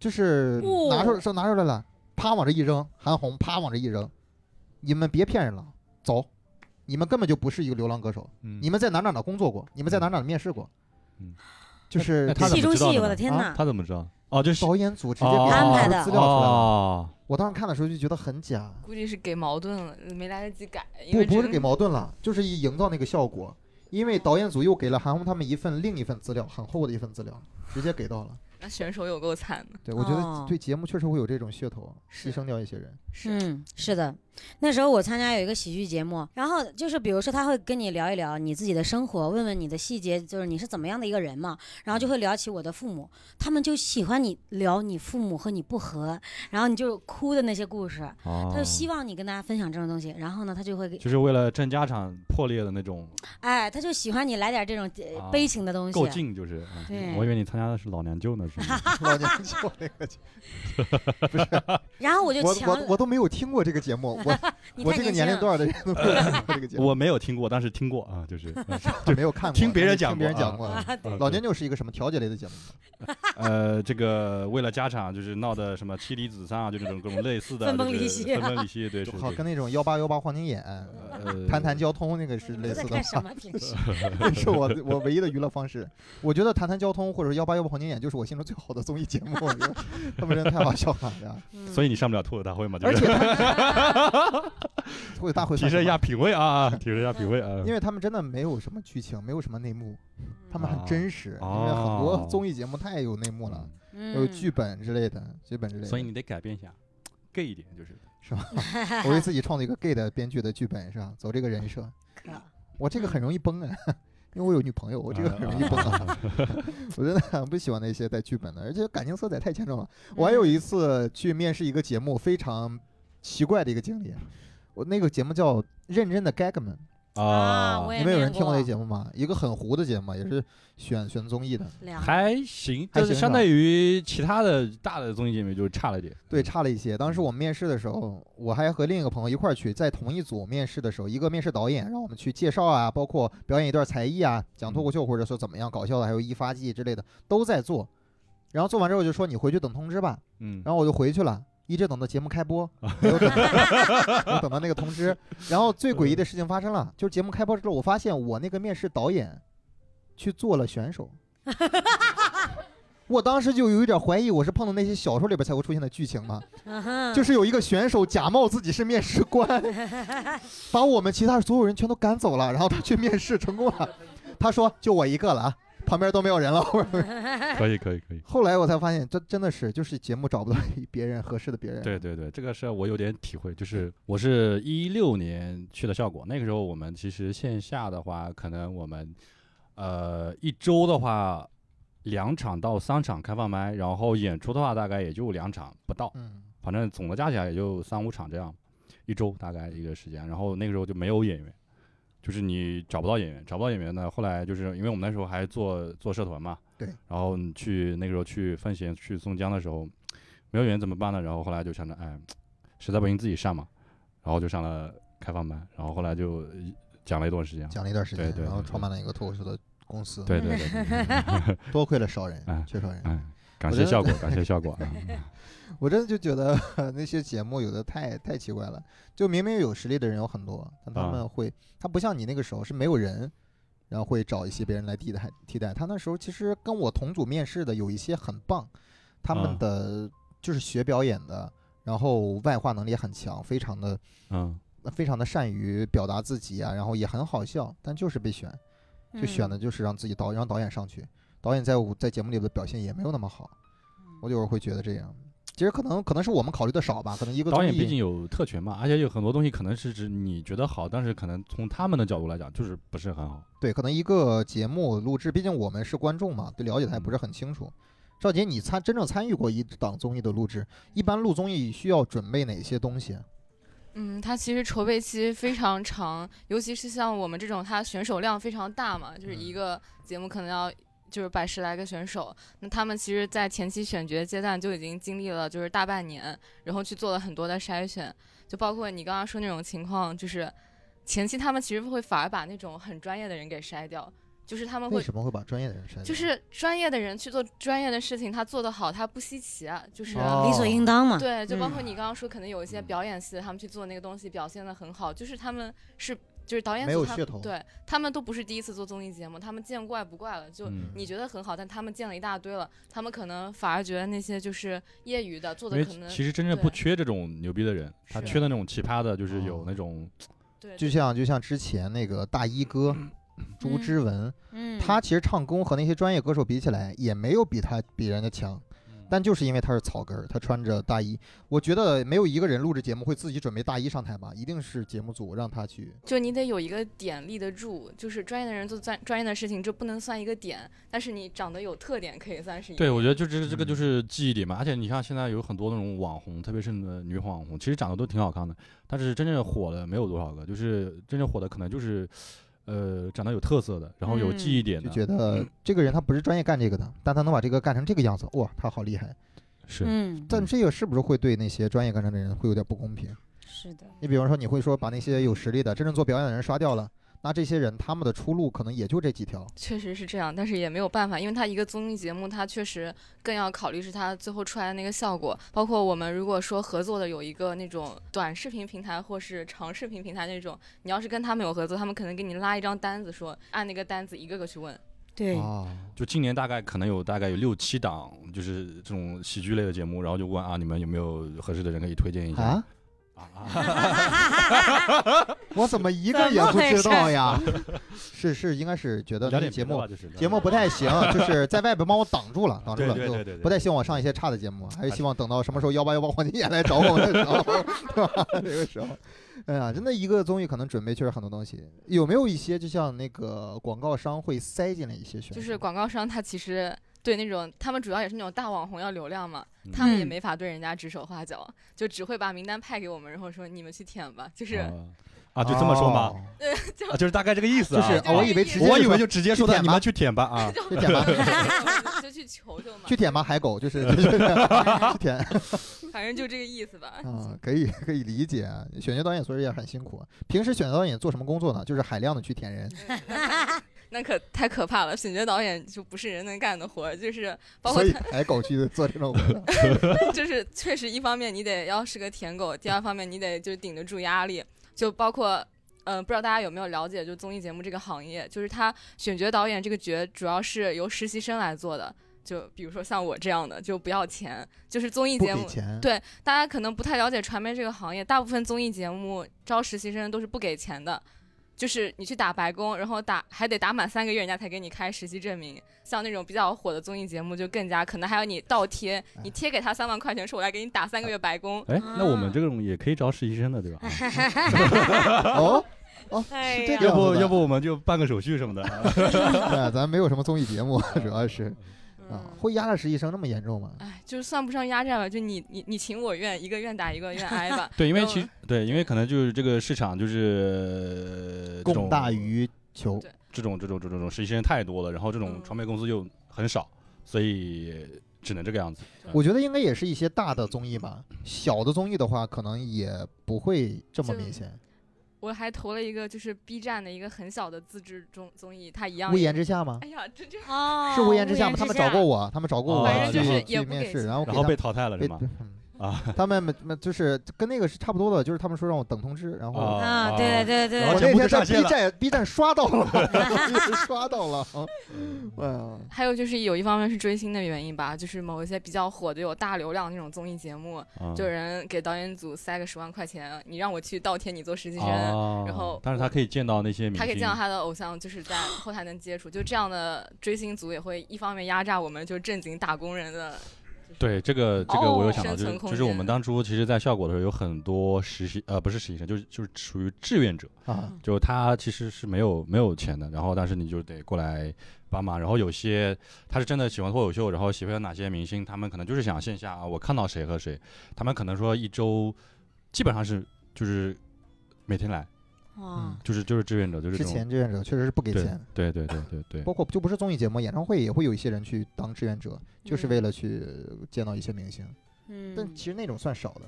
S1: 就是
S4: 哦
S1: 拿出来说拿出来了，啪往这一扔，韩红啪往这一扔，你们别骗人了，走。你们根本就不是一个流浪歌手，你
S2: 你
S1: 们在哪哪哪工作过？你们在哪哪哪面试过？
S2: 嗯
S1: 就是
S2: 那他怎
S4: 戏
S2: 么
S4: 中
S2: 知道
S4: 戏，
S2: 的
S4: 我的
S2: 呢
S4: 天
S1: 啊
S4: 哪！
S2: 他怎么知道？哦，就是
S1: 导演组直接给
S2: 哦
S1: 我
S4: 安排
S1: 出
S4: 的
S1: 资料出来了。
S2: 哦
S1: 我当时看的时候就觉得很假，
S3: 估计是给矛盾了，没来得及改，因
S1: 不
S3: 为
S1: 不是
S3: 真
S1: 给矛盾了，就是以营造那个效果。因为导演组又给了韩红他们一份另一份资料，很厚的一份资料，直接给到了。
S3: 那选手有够惨的。
S1: 对，我觉
S4: 哦
S1: 得对节目确实会有这种噱头，
S3: 是
S1: 牺牲掉一些
S4: [LAUGHS]
S1: 人。
S3: 是，
S4: 嗯，是的，那时候我参加有一个喜剧节目，然后就是比如说他会跟你聊一聊你自己的生活，问问你的细节，就是你是怎么样的一个人嘛，然后就会聊起我的父母，他们就喜欢你聊你父母和你不和，然后你就哭的那些故事，
S2: 哦
S4: 他就希望你跟大家分享这种东西，然后呢，他就会给，
S2: 就是为了挣家产破裂的那种
S4: 哎，他就喜欢你来点这种呃
S1: 哦
S2: 啊
S4: 悲情的东西，
S2: 够劲，就是。嗯
S4: 对
S2: 我以为你参加的是老娘舅呢，是吗？
S4: [LAUGHS]
S1: 老娘舅那个节
S4: 然后我就
S1: 目， [LAUGHS] 我
S4: 强，
S1: 我我都没有听过这个节
S4: [LAUGHS]
S1: 目，我
S4: 你
S1: 我
S4: 太
S1: 这个年
S4: 年
S1: 龄
S4: 轻
S1: 段的
S4: 了，
S1: 人都没有
S4: [LAUGHS]
S1: 听过这个节目，
S2: 我没有听过，但是听过啊，就是嗯
S1: 我没有看过，
S2: 听别人
S1: 但是
S2: 讲
S1: 听别人
S2: 过啊
S1: 讲过。
S4: 啊， [LAUGHS] 对，
S1: 老年就是一个什么调解类的节目，
S2: 呃，这个为了家产就是闹的什么妻离子散啊，就这种各种类似的，
S4: 分崩离
S2: 就是
S4: 析啊
S2: 分崩离析，对，是
S1: 就好
S2: 是
S1: 跟那种幺八幺八黄金眼、
S2: 呃
S1: 谈谈交通那个是
S4: 你
S1: 类
S4: 们在
S1: 似的
S4: 干。什么平时？
S1: 这 [LAUGHS] 是我我唯一的娱乐方式。我觉得谈谈交通或者幺八幺八黄金眼就是我心中最好的综艺节目，我觉得他们真的太好笑了
S2: [LAUGHS]
S1: 呀。
S2: 呃所
S4: 以
S2: 以你上不了吐槽大会嘛，就
S1: 而
S2: 是
S1: 且他吐大会
S2: [LAUGHS] 提
S1: 算
S2: 升一
S1: 什
S2: 下
S1: 么，
S2: 品味啊，提升一下品味啊。
S1: 因为他们真的没有什么剧情，没有什么内幕，他们很
S2: 啊
S1: 真实。因为很多综艺节目太有内幕了，
S4: 嗯
S1: 有剧本之类的，剧本之类的。
S2: 嗯所以你得改变一下，gay 一点就是。
S1: 是吧？我为自己创作一个 gay 的编剧的剧本是吧？走这个人设，
S4: 可
S1: 我这个很容易崩啊，因为我有女朋友，我这个很容易崩啊。我真的很不喜欢那些带剧本的，而且感情色彩太严重了。我还
S4: 嗯
S1: 有一次去面试一个节目，非常奇怪的一个经历。我那个节目叫《认真的 Gagman
S4: 啊，我》，也
S1: 你们有人
S4: 见
S1: 听过那节目吗？一个很糊的节目，也是选选综艺的，
S4: 两个
S2: 还行，
S1: 还
S2: 就
S1: 行
S2: 是
S1: 是
S2: 相
S1: 吧
S2: 当于其他的大的综艺节目就差了一点。
S1: 对，差了一些。当时我们面试的时候，我还和另一个朋友一块儿去，在同一组面试的时候，一个面试导演让我们去介绍啊，包括表演一段才艺啊，讲脱口秀或者说怎么样搞笑的，还有一发技之类的都在做。然后做完之后就说你回去等通知吧，
S2: 嗯，
S1: 然后我就回去了，一直等到节目开播，没有等到没有等到那个通知。然后最诡异的事情发生了，就是节目开播之后，我发现我那个面试导演去做了选手。我当时就有一点怀疑，我是碰到那些小说里边才会出现的剧情吗？
S4: 嗯
S1: 就是是有一个选手假冒自己是面试官，把我们其他所有人全都赶走了，然后他去面试成功了。他说：“就我一个了啊，旁边都没有人了。 [LAUGHS]
S2: 可以，可以，可以”。
S1: 后来我才发现，这真的是就是节目找不到别人合适的别人。
S2: 对对对，这个事儿我有点体会，就是我是一六年去的效果，那个时候我们其实线下的话，可能我们呃一周的话两场到三场开放麦，然后演出的话大概也就两场不到，
S1: 嗯，
S2: 反正总的加起来也就三五场这样，一周大概一个时间。然后那个时候就没有演员，就是你找不到演员，找不到演员呢，后来就是因为我们那时候还做做社团嘛，
S1: 对，
S2: 然后你去那个时候去奉贤去松江的时候，没有演员怎么办呢？然后后来就想着，哎，实在不行自己上嘛，然后就上了开放班，然后后来就呃讲了一段时间。
S1: 讲了一段时间
S2: 对，对
S1: 然后
S2: 对
S1: 创办了一个脱口秀的公司。
S2: 对对对，对对对 [LAUGHS]
S1: 多亏了少人
S2: 哎，
S1: 缺少人。
S2: 哎，
S1: 我
S2: 感
S1: 觉
S2: 谢
S1: 得
S2: 效果，感谢效果啊！ [LAUGHS]
S1: 我真的就觉得 [LAUGHS] 那些节目有的太太奇怪了，就明明有实力的人有很多，但他
S2: 啊
S1: 们会，他不像你那个时候是没有人，然后会找一些别人来替代替代。他那时候其实跟我同组面试的有一些很棒，他们
S2: 啊
S1: 的就是学表演的，然后外化能力也很强，非常的
S2: 嗯，
S1: 非常的善于表达自己啊，然后也很好笑，但就是被选，
S3: 嗯
S1: 就选的就是让自己导让导演上去，导演在我在节目里的表现也没有那么好，
S3: 嗯
S1: 我有时候会觉得这样。其实可能可能是我们考虑的少吧，可能一个
S2: 导
S1: 综
S2: 演
S1: 艺
S2: 毕竟有特权嘛，而且有很多东西可能是指你觉得好，但是可能从他们的角度来讲，就是不是很好。
S1: 对，可能一个节目录制，毕竟我们是观众嘛，对了解他也
S2: 嗯
S1: 不是很清楚。赵杰，你参真正参与过一档综艺的录制，一般录综艺需要准备哪些东西？啊
S3: 嗯，它其实筹备期非常长，尤其是像我们这种，它选手量非常大嘛，就是
S1: 嗯
S3: 一个节目可能要。就是百十来个选手，那他们其实，在前期选角阶段就已经经历了就是大半年，然后去做了很多的筛选，就包括你刚刚说那种情况，就是前期他们其实会反而把那种很专业的人给筛掉，就是他们
S1: 为
S3: 会
S1: 什么会把专业的人删掉？
S3: 呃就是专业的人去做专业的事情，他做得好，他不稀奇啊，就是、
S1: 哦
S4: 嗯理所应当
S2: 啊
S4: 嘛，
S3: 对，就包
S4: 嗯
S3: 括你刚刚说，可能有一些表演系的，他们去做那个东西，表现的很好，就是他们是就是导演
S1: 没
S3: 组
S1: 有
S3: 他
S1: 噱头
S3: 对他们都不是第一次做综艺节目，他们见怪不怪了，就。
S2: 嗯
S3: 你觉得很好，但他们见了一大堆了，他们可能反而觉得那些就是业余的做
S2: 因
S3: 的
S2: 为
S3: 可能
S2: 其实真正不
S3: 对
S2: 缺这种牛逼的人，他
S3: 是
S2: 缺的那种奇葩的，就是
S1: 哦
S2: 有那种
S3: 对，
S2: 嗯
S1: 就像就像之前那个大衣哥，朱之文，
S4: 嗯，
S1: 他其实唱功和那些专业歌手比起来，也没有比他比人家强。但就是因为他是草根儿，他穿着大衣，我觉得没有一个人录制节目会自己准备大衣上台吧，一定是节目组让他去。
S3: 就你得有一个点立得住，就是专业的人做专专业的事情，这不能算一个点，但是你长得有特点可以算是一个。
S2: 对，我觉得就这这个
S1: 嗯
S2: 就是记忆力嘛，而且你像现在有很多那种网红，特别是那女网红，其实长得都挺好看的，但是真正火的没有多少个，就是真正火的可能就是，呃，长得有特色的，然后有
S3: 嗯
S2: 记忆点
S1: 就
S2: 的，
S1: 觉得这个人他不是专业干这个的，但他能把这个干成这个样子，哇，他好厉害！
S2: 是，
S4: 嗯，
S1: 但这个是不是会对那些专业干这的人会有点不公平？
S4: 是的，
S1: 你比方说，你会说把那些有实力的、真正做表演的人刷掉了，那这些人他们的出路可能也就这几条。
S3: 确实是这样，但是也没有办法，因为它一个综艺节目，它确实更要考虑是它最后出来的那个效果。包括我们如果说合作的有一个那种短视频平台或是长视频平台那种，你要是跟他们有合作，他们可能给你拉一张单子说，按那个单子一个个去问。
S4: 对，
S1: 啊，
S2: 就今年大概可能有大概有六七档，就是这种喜剧类的节目，然后就问啊，你们有没有合适的人可以推荐一下？
S1: 啊，
S2: 啊啊
S1: 我怎么一个也不知道呀？ [LAUGHS] 是是，应该是觉得
S2: [LAUGHS] 聊
S1: 那
S2: 点
S1: 节
S2: 别的
S1: 目
S2: 吧就是
S1: 节目不太
S2: [LAUGHS]
S1: 行，就是在外边帮我挡住了，挡住了，
S2: 对对对
S1: 就
S2: 对对
S1: 不太希望我上一些差的节目，还是希望等到什么时候幺八幺八黄金眼来找我们的时候， [LAUGHS] 那个时候。哎呀，真的一个综艺可能准备确实很多东西，有没有一些就像那个广告商会塞进来一些选手？
S3: 就是广告商，他其实对那种他们主要也是那种大网红要流量嘛，他们也
S4: 嗯
S3: 没法对人家指手画脚，就只会把名单派给我们，然后说你们去舔吧，就是、
S2: 啊，就这么说吗？
S1: 哦？
S2: 啊，就是大概这个意思
S1: 就
S2: 啊。
S1: 是
S3: 对
S1: 啊我以为直接
S2: 我
S1: 就
S2: 以
S1: 说
S2: 为就直接说
S1: 去
S2: 的
S1: 舔
S2: 你
S1: 吧
S2: 们去舔
S1: [LAUGHS]
S2: 吧啊，
S3: 就
S1: 去舔吧 [LAUGHS]
S3: [LAUGHS] 就去求求嘛
S1: 去，舔吧，海狗就是
S2: [LAUGHS]
S1: 去舔
S3: 反正就这个意思 [LAUGHS] 吧。
S1: 啊，可以可以理解啊。选角导演所以也很辛苦，平时选角导演做什么工作呢？就是海量的去舔人，
S3: 嗯那可太可怕了，选角导演就不是人能干的活儿，就是包括
S1: 所以海狗去做这种工作。
S3: 他，就是 [LAUGHS] 确实一方面你得要是个舔狗，第二方面你得就是顶得住压力，就包括。嗯，不知道大家有没有了解，就综艺节目这个行业，就是他选角导演这个角主要是由实习生来做的，就比如说像我这样的，就不要钱，就是综艺
S1: 不
S3: 节
S1: 给
S3: 目，
S1: 钱，
S3: 对，大家可能不太了解传媒这个行业，大部分综艺节目招实习生都是不给钱的，就是你去打白工，然后打还得打满三个月，人家才给你开实习证明。像那种比较火的综艺节目，就更加可能还要你倒贴，你贴给他三万块钱，说我来给你打三个月白工。
S2: 哎，那我
S4: 啊
S2: 们这种也可以找实习生的，
S1: [LAUGHS]
S2: 对吧？
S1: 哦
S3: [LAUGHS]
S1: 哦，
S4: 哎
S1: 是这
S4: 呀
S1: 个
S2: 要
S1: 样
S2: 不
S1: 子的
S2: 要不我们就办个手续什
S1: [LAUGHS]
S2: 么的。。
S1: 哎咱没有什么综艺节目，主要是啊，
S4: 嗯
S1: 会压着实习生那么严重吗？
S3: 哎，就算不上压榨吧，就你你你情我愿，一个愿打一个愿挨
S1: [LAUGHS]
S3: 吧
S2: 对，因为
S3: 嗯
S2: 其实对，因为可能就是这个市场就是这
S1: 供
S2: 种
S1: 大于求
S3: 对，
S2: 这种这种这种这种实习生太多了，然后这种
S3: 嗯
S2: 传媒公司又很少，所以只能这个样子。
S1: 我觉得应该也是一些大的综艺吧，小的综艺的话，可能也不会这么
S3: 就
S1: 明显。
S3: 我还投了一个就是 B 站的一个很小的自制综综艺，它一样
S1: 屋
S3: 也。
S1: 檐之下吗？
S3: 哎呀，这这
S4: 哦，
S1: 啊是屋檐之下吗？他们找过我，他们找过我
S2: 反正就
S1: 去
S3: 是也
S1: 去
S3: 不
S1: 面
S3: 给
S1: 试，
S3: 钱
S1: 然后给
S2: 啊然后
S1: 他
S2: 被淘汰了是
S1: 被
S2: 吗？
S1: 嗯
S2: [LAUGHS] 啊
S1: 他们没没就是跟那个是差不多的，就是他们说让我等通知，然后
S2: 啊
S4: 啊，对对对
S2: 然
S1: 我
S2: 后
S1: 那
S2: 全
S4: 对，
S2: 部
S1: 天在
S2: 都上线
S1: B
S2: 了
S1: 站 B
S2: [LAUGHS]
S1: 站刷到了，刷到了，
S3: 嗯
S1: 哎呀，
S2: [LAUGHS]
S3: 还有就是有一方面是追星的原因吧，就是某一些比较火的、有大流量那种综艺节目，
S2: 啊
S3: [LAUGHS] 就有人给导演组塞个十万块钱，你让我去倒贴你做实习生，
S2: 啊
S3: 然后
S2: 但是他可以见到那些明星，
S3: 他可以见到他的偶像，就是在后台能接触。就这样的追星族也会一方面压榨我们，就正经打工人的。
S2: 对这个这个我有
S3: 哦
S2: 想到，
S3: 生
S2: 就是
S3: 存空
S2: 就是我们
S3: 间
S2: 当初其实，在效果的时候有很多实习呃不是实习生，就是就是属于志愿者，
S1: 啊，
S2: 就他其实是没有没有钱的，然后但是你就得过来帮忙，然后有些他是真的喜欢脱口秀，然后喜欢哪些明星，他们可能就是想线下啊，我看到谁和谁，他们可能说一周基本上是就是每天来，
S4: 哇，
S2: 就是就是志愿者，就
S1: 嗯
S2: 是
S1: 之
S2: 哦这种
S1: 前志愿者确实是不给
S2: 对
S1: 钱，
S2: 对对对对对
S1: 包括就不是综艺节目，演唱会也会有一些人去当志愿者，
S3: 嗯
S1: 就是为了去见到一些明星，
S4: 嗯，
S1: 但其实那种算少的，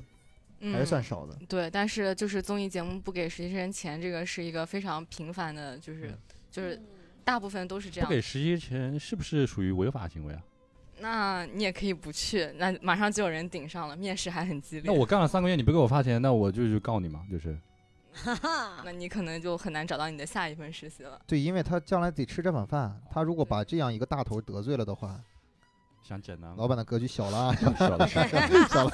S3: 嗯，
S1: 还是算少的。
S3: 对，但是就是综艺节目不给实习生钱，这个是一个非常频繁的，就是就是大部分都是
S2: 不
S3: 这样。
S2: 给实习前是不是属于违法行为啊？
S3: 那你也可以不去，那马上就有人顶上了，面试还很激烈。
S2: 那我干了三个月，你不给我发钱，那我就去告你嘛，就是。
S4: 哈哈，
S3: 那你可能就很难找到你的下一份实习了。
S1: 对，因为他将来得吃这碗饭，他如果把这样一个大头得罪了的话，
S2: 想简单吗
S1: 老板的格局小了
S3: [LAUGHS]
S1: 啊， [LAUGHS]
S2: 小了小了
S1: 小了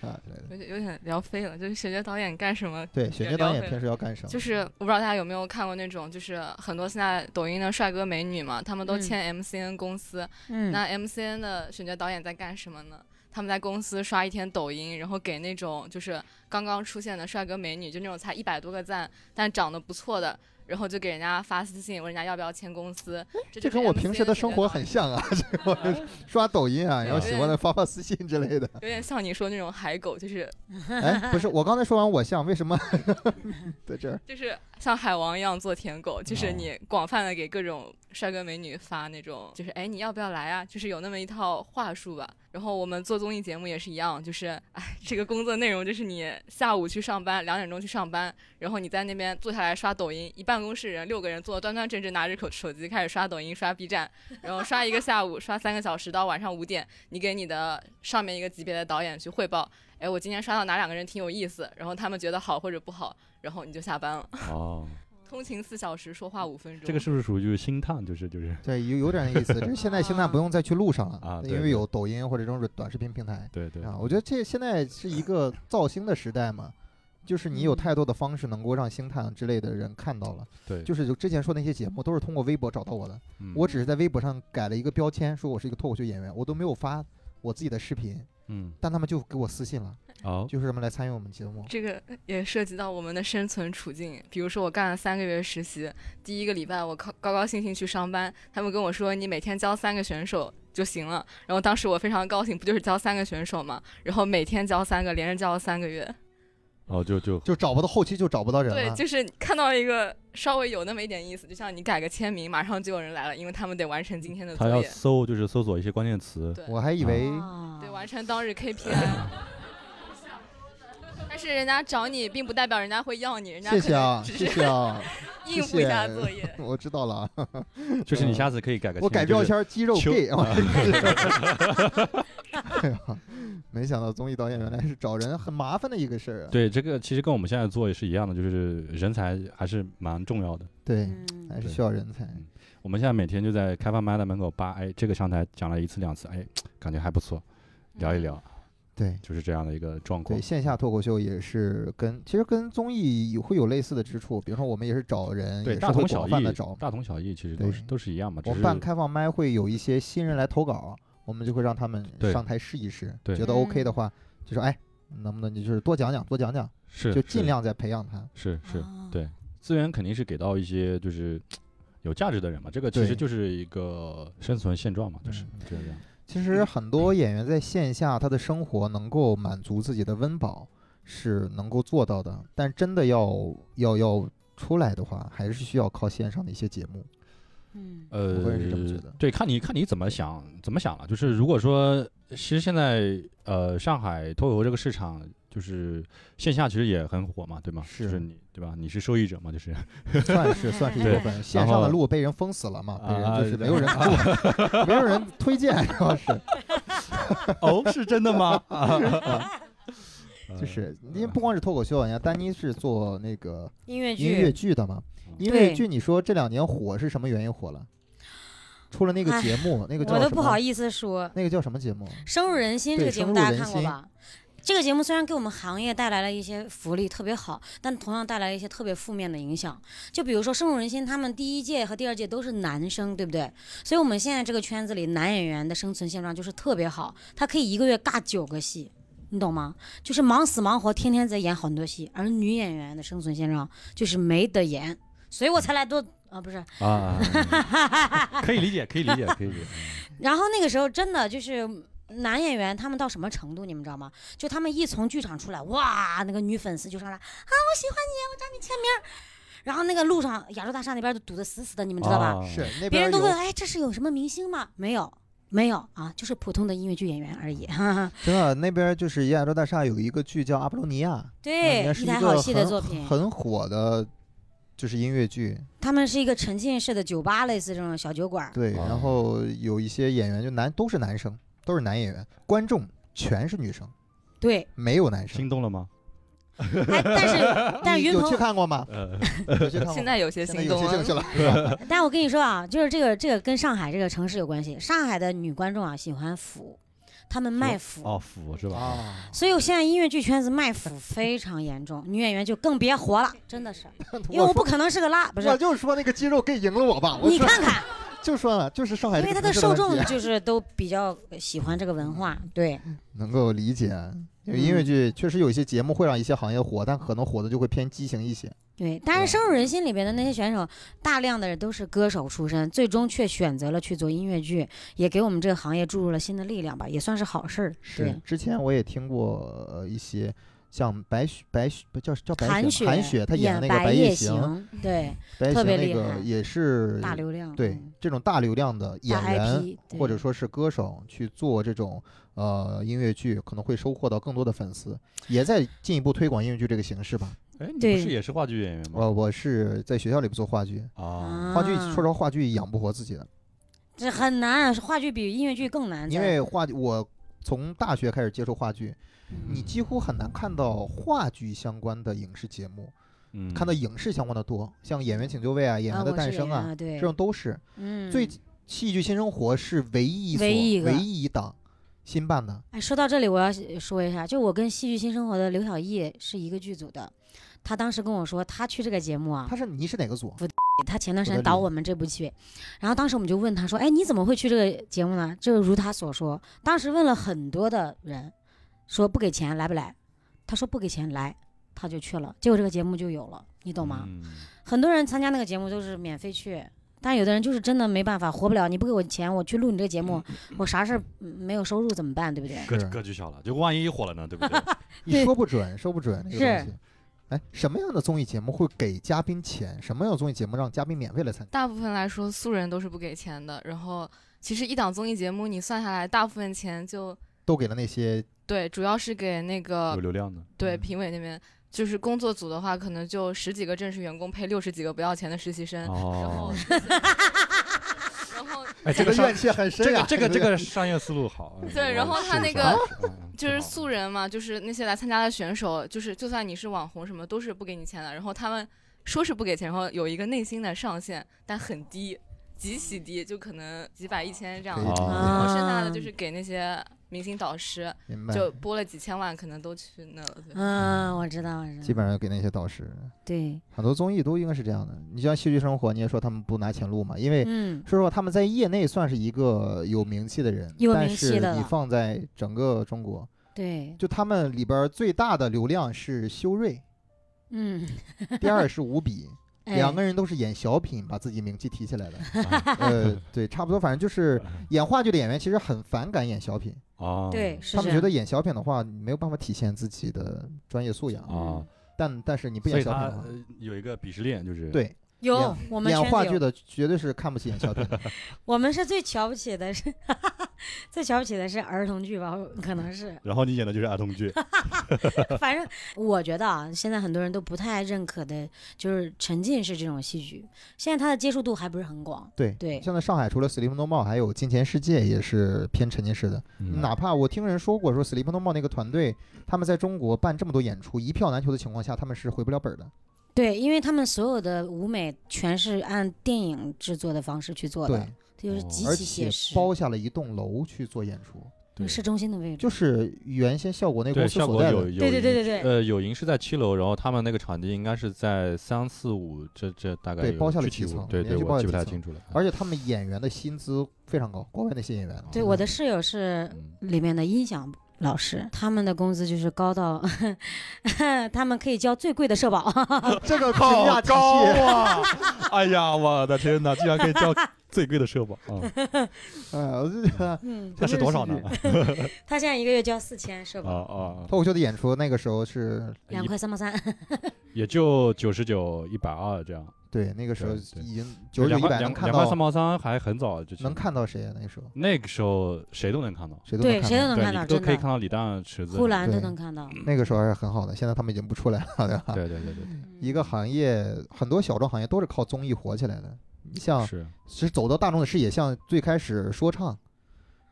S1: 啊之类的。
S3: 有点有点聊飞了，就是选角导演干什么？ [LAUGHS]
S1: 对，选角导演平时要干什么？
S3: 就是我不知道大家有没有看过那种，就是很多现在抖音的帅哥美女嘛，他们都
S4: 嗯
S3: 签 MCN 公司。
S4: 嗯，
S1: 哎
S3: 那 MCN 的选角导演在干什么呢？他们在公司刷一天抖音，然后给那种就是刚刚出现的帅哥美女，就那种才一百多个赞，但长得不错的，然后就给人家发私信问人家要不要签公司。这
S1: 这
S3: 就是
S1: 跟我平时的
S3: MCN
S1: 生活很
S3: 选
S1: 像
S3: 角 [LAUGHS]
S1: 啊，这个我刷抖音啊，然后喜欢的发发私信之类的。
S3: 导演有点像你说那种海狗，就是
S1: 哎，不是，我刚才说完我像，为什
S3: [LAUGHS]
S1: 么 [LAUGHS] 在这儿？
S3: 就是像海王一样做舔狗，就是
S1: 哦
S3: 你广泛的给各种帅哥美女发那种，就是哎你要不要来啊？就是有那么一套话术吧。然后我们做综艺节目也是一样，就是哎这个工作内容就是你下午去上班，两点钟去上班，然后你在那边坐下来刷抖音，一办公室人六个人坐得端端正正，拿着口手机开始刷抖音、刷 B 站，然后刷一个下午，刷三个小时到晚上五点，你给你的上面一个级别的导演去汇报。哎，我今天刷到哪两个人挺有意思，然后他们觉得好或者不好，然后你就下班了。
S2: 哦，
S3: 通勤四小时，说话五分钟。
S2: 这个是不是属于就是星探？就是就是
S1: 对，有有点那意思，就是现在现在不用再去路上了
S2: 啊对
S1: 因为有抖音或者这种短视频平台
S2: 对对
S1: 啊。我觉得这现在是一个造星的时代嘛，就是你有
S4: 嗯
S1: 太多的方式能够让星探之类的人看到了。
S2: 对，嗯
S1: 就是就之前说那些节目都是通过微博找到我的，我只是在微博上改了一个标签，说我是一个脱口秀演员，我都没有发我自己的视频，
S2: 嗯
S1: 但他们就给我私信了，
S2: 哦
S1: 就是他们来参与我们节目。
S3: 这个也涉及到我们的生存处境。比如说，我干了三个月实习，第一个礼拜我高高高兴兴去上班，他们跟我说你每天教三个选手就行了。然后当时我非常高兴，不就是教三个选手嘛？然后每天教三个，连着教了三个月。
S2: 哦就就
S1: 就找不到后期就找不到
S2: 啊
S1: 人
S3: 对，
S1: 了，
S3: 就是看到一个稍微有那么一点意思，就像你改个签名，马上就有人来了，因为他们得完成今天的
S2: 他
S3: 作
S2: 要
S3: 业，
S2: 搜就是搜索一些关键词，
S3: 对
S1: 我还以为
S4: 啊
S3: 得完成当日 KPI。但是人家找你，并不代表人家会要你，人家
S1: 谢
S3: 可
S1: 谢啊
S3: 能，只
S1: 谢
S3: 是
S1: 谢啊， [LAUGHS]
S3: 应付一下作业。
S1: 我知道了啊，
S2: 就是你下次可以改个
S1: 我改标签儿肌肉
S2: 秋
S1: gay 啊。哎呀
S2: 啊
S1: [LAUGHS] 没想到综艺导演原来是找人很麻烦的一个事儿啊。
S2: 对，这个其实跟我们现在做也是一样的，就是人才还是蛮重要的。
S1: 对，
S4: 嗯
S1: 还是
S2: 对
S1: 需要人才。
S2: 我们现在每天就在开放麦的门口扒，哎，这个上台讲了一次两次，哎，感觉还不错，聊一聊，
S1: 嗯对
S2: 就是这样的一个状况
S1: 对，。线下脱口秀也是跟其实跟综艺也会有类似的之处，比如说我们也是找人，
S2: 对，
S1: 也是
S2: 大
S1: 会
S2: 同小
S1: 广泛的
S2: 异
S1: 找，。
S2: 大同小异，其实都是
S1: 对
S2: 都是一样嘛。
S1: 我
S2: 只
S1: 们
S2: 是
S1: 办开放麦会有一些新人来投稿，我们就会让他们
S2: 对
S1: 上台试一试，
S2: 对
S1: 觉得 OK 的话，就说哎，能不能你就是多讲讲，多讲讲，
S2: 是
S1: 就是尽量嗯再培养他。
S2: 是是
S4: 啊
S2: 对资源肯定是给到一些就是有价值的人嘛。这个其
S1: 对
S2: 实就是一个生存现状嘛，就是
S1: 嗯
S2: 这样。
S1: 其实很多演员在线下，他的生活能够满足自己的温饱是能够做到的，但真的要要要出来的话，还是需要靠线上的一些节目。
S4: 嗯
S2: 呃，
S1: 我个人是这么觉得
S2: 对，看你看你怎么想，怎么想了。就是如果说，其实现在呃，上海脱口秀这个市场，就是线下其实也很火嘛，对吗？
S1: 是啊
S2: 就是你对吧？你是受益者嘛，就是
S1: 算是算是一部
S4: 对
S1: 分，线上
S2: 然
S1: 的
S2: 后
S1: 路被人封死了嘛，被人
S2: 啊
S1: 就是没有人
S2: 啊
S1: 做，没有人推荐，主要是
S2: [LAUGHS] 哦，是真的
S1: [LAUGHS]
S2: 吗？啊
S1: 就是
S2: 嗯
S1: 因为不光是脱口秀，你看丹妮是做那个
S4: 音乐剧
S1: 音乐剧的嘛，音乐剧你说这两年火是什么原因火了？出了那个节目，那个叫
S4: 我都
S1: 什
S4: 不
S1: 么
S4: 好意思说，
S1: 那个叫什么节目？
S4: 《深入人心》这
S1: 对
S4: 个节
S1: 深入
S4: 目大家
S1: 人
S4: 看过
S1: 心
S4: 吧？这个节目虽然给我们行业带来了一些福利，特别好，但同样带来了一些特别负面的影响。就比如说《深入人心》，他们第一届和第二届都是男生，对不对？所以我们现在这个圈子里，男演员的生存现状就是特别好，他可以一个月尬九个戏，你懂吗？就是忙死忙活，天天在演很多戏。而女演员的生存现状就是没得演，所以我才来多啊，不是
S2: [LAUGHS] 啊，可以理解，可以理解，可以理 [LAUGHS] 解。
S4: 然后那个时候真的就是男演员，他们到什么程度，你们知道吗？就他们一从剧场出来，哇，那个女粉丝就上来啊，我喜欢你，我找你签名儿。然后那个路上亚洲大厦那边都堵得死死的，你们知道吧？
S2: 啊
S1: 是那
S4: 别
S1: 边
S4: 人都
S1: 有
S4: 问，哎，这是有什么明星吗？没有，没有啊，就是普通的音乐剧演员而已。 [LAUGHS] 哈哈，
S1: 真的那边就是亚洲大厦有一个剧叫《阿波罗尼亚》，
S4: 对，
S1: 也是
S4: 一
S1: 一
S4: 台
S1: 个
S4: 好戏的
S1: 很
S4: 作品，
S1: 很火的，就是音乐剧。
S4: 他们是一个沉浸式的酒吧，类似这种小酒馆儿。
S1: 对，
S2: 哦
S1: 然后有一些演员就男都是男生，都是男演员，观众全是女生，
S4: 对，
S1: 没有男生。
S2: 心动了吗？
S4: 哎，
S1: [LAUGHS]
S4: 但是但是
S1: 你
S4: 云
S1: 有去
S4: 鹏，
S1: 看过
S2: [LAUGHS]
S1: 吗？
S2: 呃，
S1: 有去看过吗。
S3: 现在有些
S1: 哦现在
S3: 心
S1: 有
S3: 动啊
S1: 些兴
S3: 了
S1: 趣。了。
S4: 但我跟你说啊，就是这个这个跟上海这个城市有关系。上海的女观众啊喜欢腐，她们卖腐，
S2: 哦，腐是吧？
S1: 啊，
S4: 所以我现在音乐剧圈子卖腐非常严重，女演员就更别活了，真的是，因为我不可能是个拉，不
S1: 我
S4: 是。
S1: 就说那个肌肉给赢了我吧，我
S4: 你
S1: 说
S4: 看看，
S1: 就说了，就是上海
S4: 因为
S1: 这
S4: 她
S1: 个啊
S4: 的
S1: 城市
S4: 受
S1: 问
S4: 众
S1: 题 [LAUGHS]
S4: 就是都比较喜欢这个文化，对，
S1: 能够理解。
S4: 嗯
S1: 因为音乐剧确实有一些节目会让一些行业火，但可能火的就会偏畸形一些。
S4: 对，但是深入人心里边的那些选手，大量的人都是歌手出身，最终却选择了去做音乐剧，也给我们这个行业注入了新的力量吧，也算是好事儿。
S1: 是
S4: 对，，
S1: 之前我也听过呃一些像白雪白雪不叫叫白
S4: 韩
S1: 雪韩雪，她演的
S4: 演
S1: 那
S4: 白
S1: 个白
S4: 夜
S1: 行，
S4: 行，对，
S1: 白夜
S4: 特
S1: 行
S4: 别
S1: 那
S4: 厉害
S1: 个也是
S4: 大流量，
S1: 对
S4: 嗯
S1: 这种大流量的演
S4: 大
S1: 员
S4: IP，对
S1: 或者说是歌手去做这种呃音乐剧，可能会收获到更多的粉丝，也在进一步推广音乐剧这个形式吧。
S2: 哎，你不
S4: 对
S2: 是也是话剧演员吗？
S1: 我我是在学校里不做话剧，
S2: 啊，
S4: 啊
S1: 话剧说实话，话剧养不活自己的，
S4: 这很难，啊话剧比音乐剧更难在，
S1: 因为话剧我从大学开始接触话剧，
S4: 嗯
S1: 你几乎很难看到话剧相关的影视节目，
S2: 嗯
S1: 看到影视相关的多，像《演员请就位》啊，《演员
S4: 啊
S1: 的
S4: 我
S1: 诞
S4: 是
S1: 生》
S4: 演
S1: 啊，
S4: 员，对
S1: 这，种都是。
S4: 嗯，
S1: 最戏剧新生活是唯一一所
S4: 唯一一个
S1: 唯一一档新办的，
S4: 哎，说到这里，我要是说一下，就我跟《戏剧新生活》的刘晓艺是一个剧组的，他当时跟我说，他去这个节目啊，
S1: 他是你是哪个组？
S4: 他前段时
S1: 我的
S4: 间导
S1: 理
S4: 我们这部剧，然后当时我们就问他说：“哎，你怎么会去这个节目呢？”就如他所说，当时问了很多的人，说不给钱来不来，他说不给钱来，他就去了，结果这个节目就有了，你懂吗？
S2: 嗯
S4: 很多人参加那个节目都是免费去，但有的人就是真的没办法，活不了，你不给我钱，我去录你这个节目，我啥事儿嗯没有收入怎么办，对不对？
S2: 格
S1: 是
S2: 格局小了，就万一火了呢，
S1: [LAUGHS]
S2: 对不对？
S1: 你
S4: 对
S1: 说不准，说不准那个
S4: 是
S1: 东西。哎，什么样的综艺节目会给嘉宾钱？什么样的综艺节目让嘉宾免费来参加？
S3: 大部分来说，素人都是不给钱的。然后，其实一档综艺节目你算下来，大部分钱就
S1: 都给了那些
S3: 对，主要是给那个
S2: 有流量的，
S3: 对
S1: 嗯
S3: 评委那边，就是工作组的话，可能就十几个正式员工配六十几个不要钱的实习生，然后
S2: 哦，
S3: 这些，
S1: [LAUGHS]
S3: 然后
S2: 哎，
S1: 这
S2: 这
S1: 个
S2: 个
S1: 怨
S2: 商
S1: 气很深啊
S2: 这个
S1: 呀。
S2: 这个这
S1: 个
S2: 个商业思路好。嗯
S3: 对然后他
S1: [LAUGHS]
S3: 那个就是素
S2: 人，
S3: 人嘛，就是那些来参加的选手，就是就算你是网红什么，都是不给你钱的。然后他们说是不给钱，然后有一个内心的上限，但很低，极其低，就可能几百、一千这样。
S1: 可以
S3: 然
S2: 哦
S3: 后
S4: 啊
S3: 剩下的就是给那些明星导师，
S1: [LAUGHS] 明白，
S3: 就播了几千万，可能都去那了。对
S4: 嗯，我知道，我知
S1: 基
S4: 道，
S1: 本上给那些导师。
S4: 对，
S1: 很多综艺都应该是这样的。你像《戏剧生活》，你也说他们不拿钱录嘛，因为
S4: 嗯，
S1: 说实话，他们在业内算是一个有名气的人，
S4: 有
S1: 但
S4: 名气
S1: 是
S4: 的
S1: 你
S4: 了
S1: 放在整个中国，
S4: 对，
S1: 就他们里边儿最大的流量是修睿，
S4: 嗯，
S1: 第二是吴
S4: [LAUGHS]
S1: 比，
S4: 哎
S1: 两个人都是演小品把自己名气提起来
S4: [LAUGHS]
S1: 的。
S2: 啊
S1: 呃，对，差不多，反正
S2: [LAUGHS]
S1: 就是演话剧的演员其实很反感演小品， [LAUGHS]
S2: 哦，
S4: 对，是
S1: 他们
S4: 这
S1: 觉
S4: 样
S1: 得演小品的话你没有办法体现自己的专业素养。
S2: 啊，
S1: 但但是你不
S2: 所
S1: 演
S2: 以
S1: 小
S2: 他
S1: 品的话，
S2: 呃有一个鄙视链，就是
S1: 对，
S4: 有我们
S1: 演
S4: 圈子
S1: 话
S4: 有
S1: 剧的绝对是看不起演小品的。
S4: 我们是最瞧不起的是， [LAUGHS] 最瞧不起的是儿童剧吧？ [LAUGHS] 可能是，
S2: 然后你演的就是儿童剧，
S4: 反正我觉得啊，现在很多人都不太认可的，就是沉浸式这种戏剧，现在它的接受度还不是很广。
S1: 对
S4: [LAUGHS] 对
S1: 现在上海除了《Sleep No More》，还有《金钱世界》也是偏沉浸式的。
S2: 嗯
S1: 哪怕我听人说过，说《Sleep No More》那个团队，他们在中国办这么多演出，一票难求的情况下，他们是回不了本儿的。
S4: 对，因为他们所有的舞美全是按电影制作的方式去做的
S1: 对，，哦
S4: 就是极
S1: 而
S4: 其写
S1: 且
S4: 实。
S1: 包下了一栋楼去做演出，
S2: 对
S4: 市中心的位置，
S1: 就是原先效果那
S2: 对
S1: 公司
S2: 效
S1: 所
S2: 果
S1: 在
S2: 有
S1: 的。
S2: 有
S4: 对对对对
S2: 影
S4: 对
S2: 呃，有营是在七楼，然后他们那个场地应该是在三四五这这大概
S1: 对
S2: 有
S1: 包下了
S2: 具
S1: 几
S2: 体
S1: 层
S2: 我对
S1: 连
S2: 对，
S1: 续包
S2: 我
S1: 下
S2: 记不
S1: 几
S2: 太
S1: 层
S2: 清楚了。
S1: 而且他们演员的薪资非常高，国外那些演员。啊
S4: 对，我的室友是
S2: 嗯
S4: 里面的音响老师，他们的工资就是高到， [LAUGHS] 他们可以交最贵的社保。
S1: [LAUGHS]
S4: [LAUGHS]
S1: 这个评价体系，
S2: 啊！ [LAUGHS] 哎呀，我的天哪，居然可以叫最贵的社保
S1: [LAUGHS]
S2: 啊！
S1: 呃，我就觉得
S4: 嗯，
S2: 那是多少呢？
S4: 他现在一个月交四千社
S2: 啊
S1: 哦
S4: 保，
S2: 啊，
S1: 脱口秀的演出那个时候是
S4: 两块三毛三。
S2: 也就九十九、一百二这样。
S1: 对，那个时候
S2: 对对
S1: 已经九十九
S2: 两
S1: 一
S2: 块
S1: 百能
S2: 两
S1: 看
S2: 两块三
S1: 到
S2: 毛三还很早之前，
S1: 能看到谁啊？那个时候
S2: 那个时候谁都能看到，
S1: 谁都能
S4: 对，
S1: 看
S4: 谁都
S1: 到。
S4: 能
S2: 对，
S4: 看到，
S2: 你都
S4: 真
S2: 可以
S4: 的
S2: 看，到李诞、池子。
S4: 护栏都
S1: 对
S4: 能看到。
S1: 那个时候还是很好的，现在他们已经不出来了，对吧？
S2: 对对对对，
S1: 嗯一个行业，很多小众行业都是靠综艺火起来的。你像
S2: 是
S1: 其实走到大众的视野，像最开始说唱，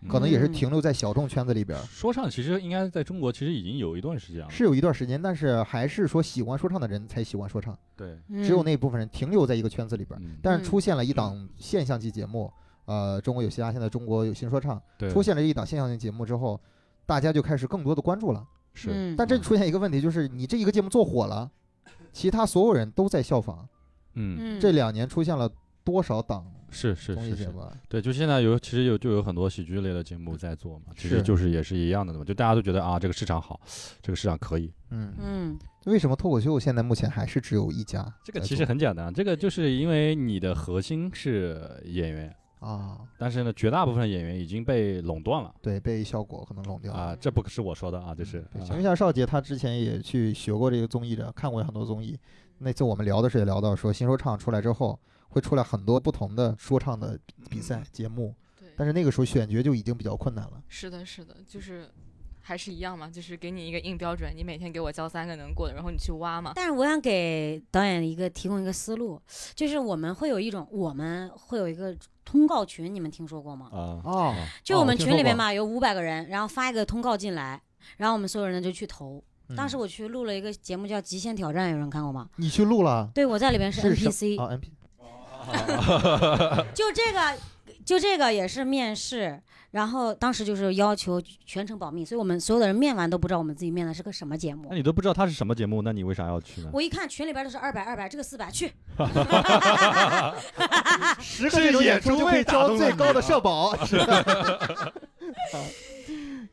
S1: 可能也是
S4: 嗯
S1: 停留在小众圈子里边儿。
S2: 说唱其实应该在中国其实已经有一段时间了，
S1: 是有一段时间，但是还是说喜欢说唱的人才喜欢说唱，
S2: 对，
S1: 只有那部分人停留在一个圈子里边儿。
S2: 嗯，
S1: 但是
S4: 嗯
S1: 出现了一档现象级节目，呃，中国有嘻哈，现在中国有新说唱，
S2: 对，
S1: 出现了一档现象级节目之后，大家就开始更多的关注了。
S2: 是，
S4: 嗯
S1: 但这出现一个问题，就是你这一个节目做火了，其他所有人都在效仿。
S2: 嗯，
S1: 这两年出现了多少档
S2: 是是
S1: 综艺
S2: 是
S1: 节
S2: 是，
S1: 目啊？
S2: 对，就现在有其实有就有很多喜剧类的节目在做嘛，其
S1: 是
S2: 实就是也是一样的嘛，就大家都觉得啊这个市场好，这个市场可以，
S1: 嗯，
S4: 嗯
S1: 为什么脱口秀现在目前还是只有一家在做？
S2: 这个其实很简单，这个就是因为你的核心是演员，
S1: 啊，
S2: 但是呢，绝大部分演员已经被垄断了
S1: 对，被效果可能垄掉了。嗯
S2: 啊，这不是我说的啊，这是
S1: 对，
S2: 啊
S1: 请问一下邵杰，他之前也去学过这个综艺的，看过很多综艺。那次我们聊的时候也聊到说，新说唱出来之后，会出来很多不同的说唱的比
S4: 嗯
S1: 赛节目，但
S3: 对，
S1: 是那个时候选角就已经比较困难了。
S3: 是的，是的，就是还是一样嘛，就是给你一个硬标准，你每天给我交三个能过的，然后你去挖嘛。
S4: 但是我想给导演一个提供一个思路，就是我们会有一种，我们会有一个通告群，你们听说过吗？
S2: 啊，
S1: 哦
S4: 就
S1: 哦
S4: 我们
S1: 我听
S4: 群里
S1: 说
S4: 边
S1: 过
S4: 嘛，有五百个人，然后发一个通告进来，然后我们所有人呢就去投。当时
S1: 我
S4: 我去录了一个节目叫《极限挑战》，有人看过吗？
S1: 嗯你去录了，
S4: 对，我在里边是
S1: 是什
S4: NPC，
S1: 啊 NP
S4: 就这个，就这个也是面试，然后当时就是要求全程保密，所以我们所有的人面完都不知道我们自己面的是个什么节目
S2: 那。你都不知道它是什么节目，那你为啥要去呢？
S4: 我一看群里边都是二百二百，这个四
S1: [LAUGHS]
S4: 百去，
S1: 十个这种演出就可以交最高的社保。是吧 [LAUGHS]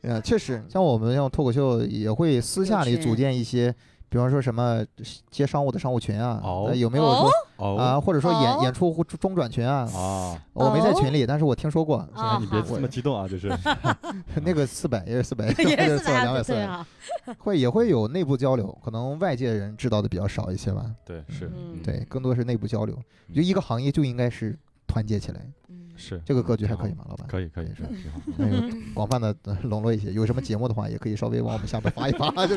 S1: 啊，确实，像我们像脱口秀也会私下里
S4: 有群
S1: 组建一些，比方说什么接商务的商务群啊，
S2: 哦
S1: 呃有没有说
S2: 哦
S4: 哦
S1: 啊，或者说演
S4: 哦
S1: 演出中转群啊，
S2: 啊，
S1: 我没在
S4: 哦
S1: 群里，但是我听说过，
S4: 啊
S2: 你别
S4: 好
S2: 这么激动
S1: [LAUGHS]
S2: 啊，就是
S1: 那个四百也是四百，
S4: [LAUGHS] 也是
S1: 是
S4: 四
S1: 四百两百
S4: 百，
S1: 四
S4: 对
S1: 百，
S4: 啊，
S1: 会也会有内部交流，可能外界人知道的比较少一些吧，
S2: 对是
S4: 嗯
S1: 对，更多是内部交流。我觉得一个行业就应该是团结起来，
S3: 嗯，
S2: 是
S1: 这个格局还可以吗，老板？
S2: 可以可以
S1: 是
S2: 是挺
S1: [LAUGHS]
S2: 好。
S1: 那个广泛的 [LAUGHS] 笼络一些，有什么节目的话，也可以稍微往我们下面发一发，就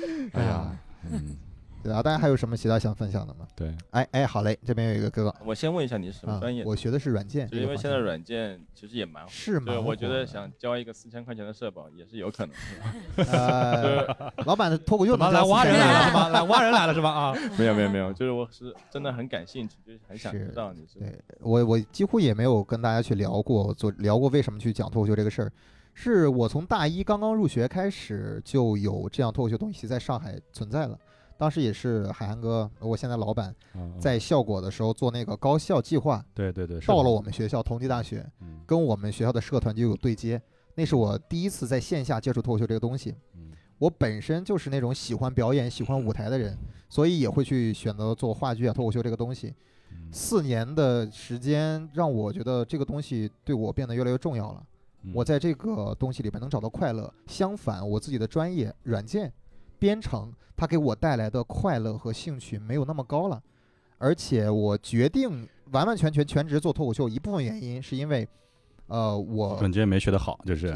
S1: 是。 [LAUGHS] 哎
S2: 哎
S1: 呀
S2: 呀，，嗯，
S1: 对啊，大家还有什么其他想分享的吗？
S2: 对，
S1: 哎哎，好嘞，这边有一个哥哥
S7: 我先问一下你是什么
S1: 啊
S7: 专业，？
S1: 我学的是软件
S7: 就
S1: 这个
S7: 是因为
S1: 方向，
S7: 现在软件其实也蛮火。
S1: 是吗？
S7: 对，我觉得想交一个四千块钱的社保也是有可能
S1: [LAUGHS]
S7: 的。 [LAUGHS]
S1: 呃，老板的脱口秀
S2: 怎么
S1: 能
S2: 来
S1: 加
S2: 挖
S1: 四千
S2: 人来
S1: 啊
S2: 了是吧？来挖人来了是吧？啊，
S7: 没有没有没有，就是我是真的很感兴趣，就是很想
S1: 是
S7: 知道你是
S1: 对我我几乎也没有跟大家去聊过，做聊过为什么去讲脱口秀这个事儿，是我从大一刚刚入学开始就有这样脱口秀东西在上海存在了。当时也是海涵哥，我现在老板
S2: 啊
S1: 在效果的时候做那个高校计划，
S2: 对对对，是
S1: 到
S2: 的
S1: 了我们学校同济大学，
S2: 嗯
S1: 跟我们学校的社团就有对接。那是我第一次在线下接触脱口秀这个东西。
S2: 嗯
S1: 我本身就是那种喜欢表演、喜欢舞台的人，所以也会去选择做话剧啊、脱口秀这个东西。
S2: 嗯
S1: 四年的时间让我觉得这个东西对我变得越来越重要了。
S2: 嗯
S1: 我在这个东西里边能找到快乐。相反，我自己的专业软件编程，它给我带来的快乐和兴趣没有那么高了。而且我决定完完全全全职做脱口秀，一部分原因是因为，呃，我
S2: 软件没学得好，
S1: [LAUGHS]
S2: 就是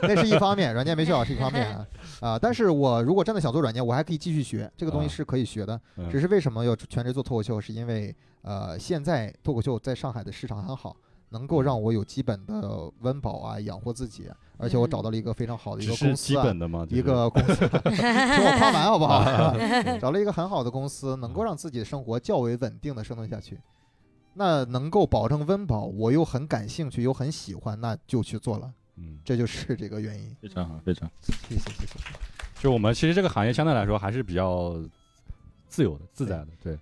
S1: 那是一方面，软件没学好是一方面
S2: [LAUGHS]
S1: 啊啊！但是我如果真的想做软件，我还可以继续学，这个东西
S2: 啊
S1: 是可以学的。
S2: 嗯
S1: 只是为什么要全职做脱口秀，是因为呃，现在脱口秀在上海的市场很好，能够让我有基本的温饱啊，养活自己，而且我找到了一个非常好的一
S2: 嗯只
S1: 个
S2: 是
S1: 公司
S2: 基
S1: 啊、
S2: 本的嘛，就是
S1: 一个公
S2: [LAUGHS]
S1: 司，听我夸完好不好？找了一个很好的公司，能够让自己的生活较为稳定的生存下去，那能够保证温饱，我又很感兴趣，又很喜欢，那就去做了。
S2: 嗯，
S1: 这就是这个原因。
S7: 非常好，非常好。
S1: 谢谢谢谢。
S2: 就我们其实这个行业相对来说还是比较自由的、自在的。对，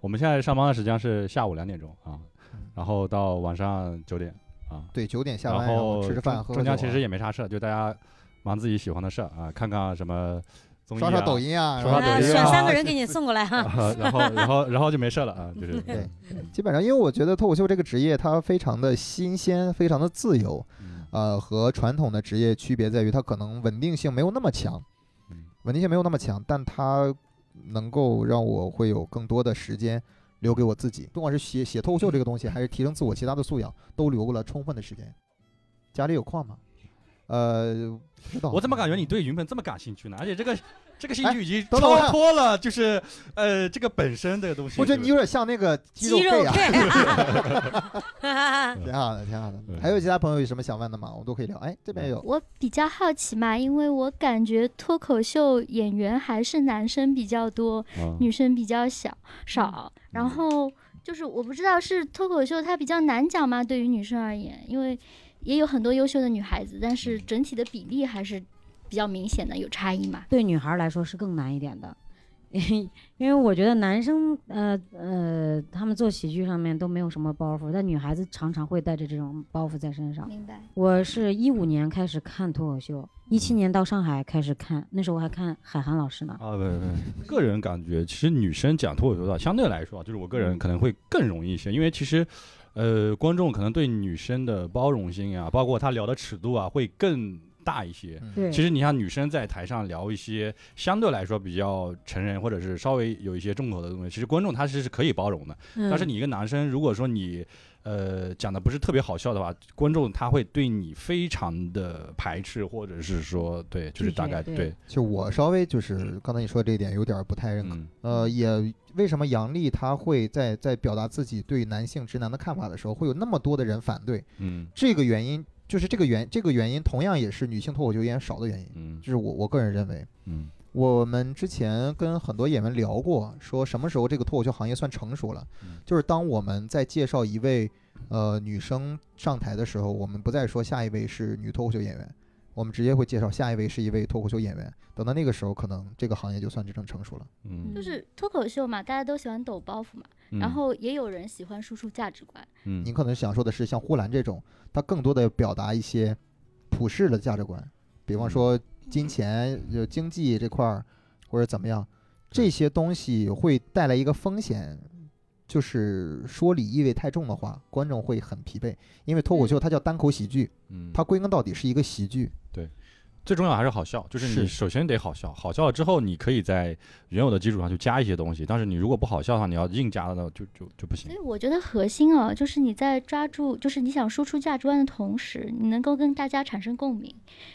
S2: 我们现在上班的时间是下午两点钟啊
S1: 嗯，
S2: 然后到晚上九点啊，
S1: 对，九点下班
S2: 然
S1: 然
S2: 后
S1: 后吃吃饭，
S2: 中
S1: 喝喝
S2: 中间
S1: 酒
S2: 其
S1: 啊
S2: 实也没啥事儿，就大家忙自己喜欢的事儿啊，看看什么综艺
S1: 刷
S2: 啊，
S1: 刷抖音啊，
S2: 刷
S1: 然后
S2: 刷抖
S4: 啊
S2: 音
S4: 选
S2: 啊
S4: 三个人给你送过
S1: [LAUGHS]
S4: 来哈。
S2: 啊，然后然后然后就没事了啊，就是
S1: 对基本上，因为我觉得脱口秀这个职业它非常的新鲜，非常的自由，
S2: 嗯
S1: 呃，和传统的职业区别在于它可能稳定性没有那么强，
S2: 嗯
S1: 稳定性没有那么强，但它能够让我会有更多的时间留给我自己，不管是写写脱口秀这个东西，还是提升自我其他的素养，都留了充分的时间。家里有矿吗？呃，不知道
S2: 我怎么感觉你对云鹏这么感兴趣呢？而且这个这个兴
S1: 哎
S2: 趣已经
S1: 等等我
S2: 超
S1: 看
S2: 脱了，就是呃这个本身这个东西。
S1: 我觉得你
S2: 对
S1: 有
S2: 吧
S1: 点像那个肌肉
S4: 肌肉
S1: gay 啊，
S4: 啊
S1: [LAUGHS]
S4: [LAUGHS]
S1: 挺好的，挺好的
S2: 对。
S1: 还有其他朋友有什么想问的吗？我们都可以聊。哎，这边有，
S8: 我比较好奇嘛，因为我感觉脱口秀演员还是男生比较多，
S2: 啊
S8: 女生比较小少。然后就是我不知道是脱口秀它比较难讲嘛，对于女生而言，因为也有很多优秀的女孩子，但是整体的比例还是比较明显的有差异嘛。
S4: 对女孩儿来说是更难一点的， [LAUGHS] 因为我觉得男生呃呃他们做喜剧上面都没有什么包袱，但女孩子常常会带着这种包袱在身上。
S8: 明白。
S4: 我是一五年开始看脱口秀，一七年到上海开始看，那时候我还看海涵老师呢。
S2: 啊，不不，个人感觉，其实女生讲脱口秀的话，相对来说啊，就是我个人可能会更容易一些，因为其实，呃，观众可能对女生的包容性啊，包括她聊的尺度啊，会更大一些。
S1: 嗯
S4: 对，
S2: 其实你像女生在台上聊一些相对来说比较成人或者是稍微有一些重口的东西，其实观众他是是可以包容的。但是
S4: 嗯
S2: 你一个男生，如果说你呃讲的不是特别好笑的话，观众他会对你非常的排斥，或者是说对，就是
S4: 拒
S2: 大
S4: 绝
S2: 概
S4: 对
S2: 对，
S1: 就我稍微就是刚才你说这一点有点不太认可。
S2: 嗯
S1: 呃，也为什么杨笠她会在在表达自己对男性直男的看法的时候，会有那么多的人反对？
S2: 嗯
S1: 这个原因就是这个原这个原因，同样也是女性脱口秀演员少的原因。
S2: 嗯
S1: 这是我我个人认为，
S2: 嗯
S1: 我们之前跟很多演员聊过，说什么时候这个脱口秀行业算成熟了
S2: 嗯，
S1: 就是当我们在介绍一位呃女生上台的时候，我们不再说下一位是女脱口秀演员。我们直接会介绍下一位是一位脱口秀演员，等到那个时候，可能这个行业就算真正成熟了。
S2: 嗯
S8: 就
S4: 嗯
S8: 是脱口秀嘛，大家都喜欢抖包袱嘛，
S2: 嗯
S8: 然后也有人喜欢输出价值观。
S2: 嗯
S1: 您可能想说的是，像呼兰这种，他更多的表达一些普世的价值观，比方说金钱、就经济这块儿，或者怎么样，这些东西会带来一个风险，就是说理意味太重的话，观众会很疲惫。因为脱
S8: 嗯
S1: 口秀它叫单口喜剧，
S2: 嗯
S1: 它归根到底是一个喜剧。
S2: 最重要还是好笑，就是你
S1: 是
S2: 首先得好笑，好笑了之后，你可以在原有的基础上去加一些东西，但是你如果不好笑的话，你要硬加的呢，就就就不行
S8: 所以。我觉得核心哦，就是你在抓住，就是你想输出价值观的同时，你能够跟大家产生共鸣。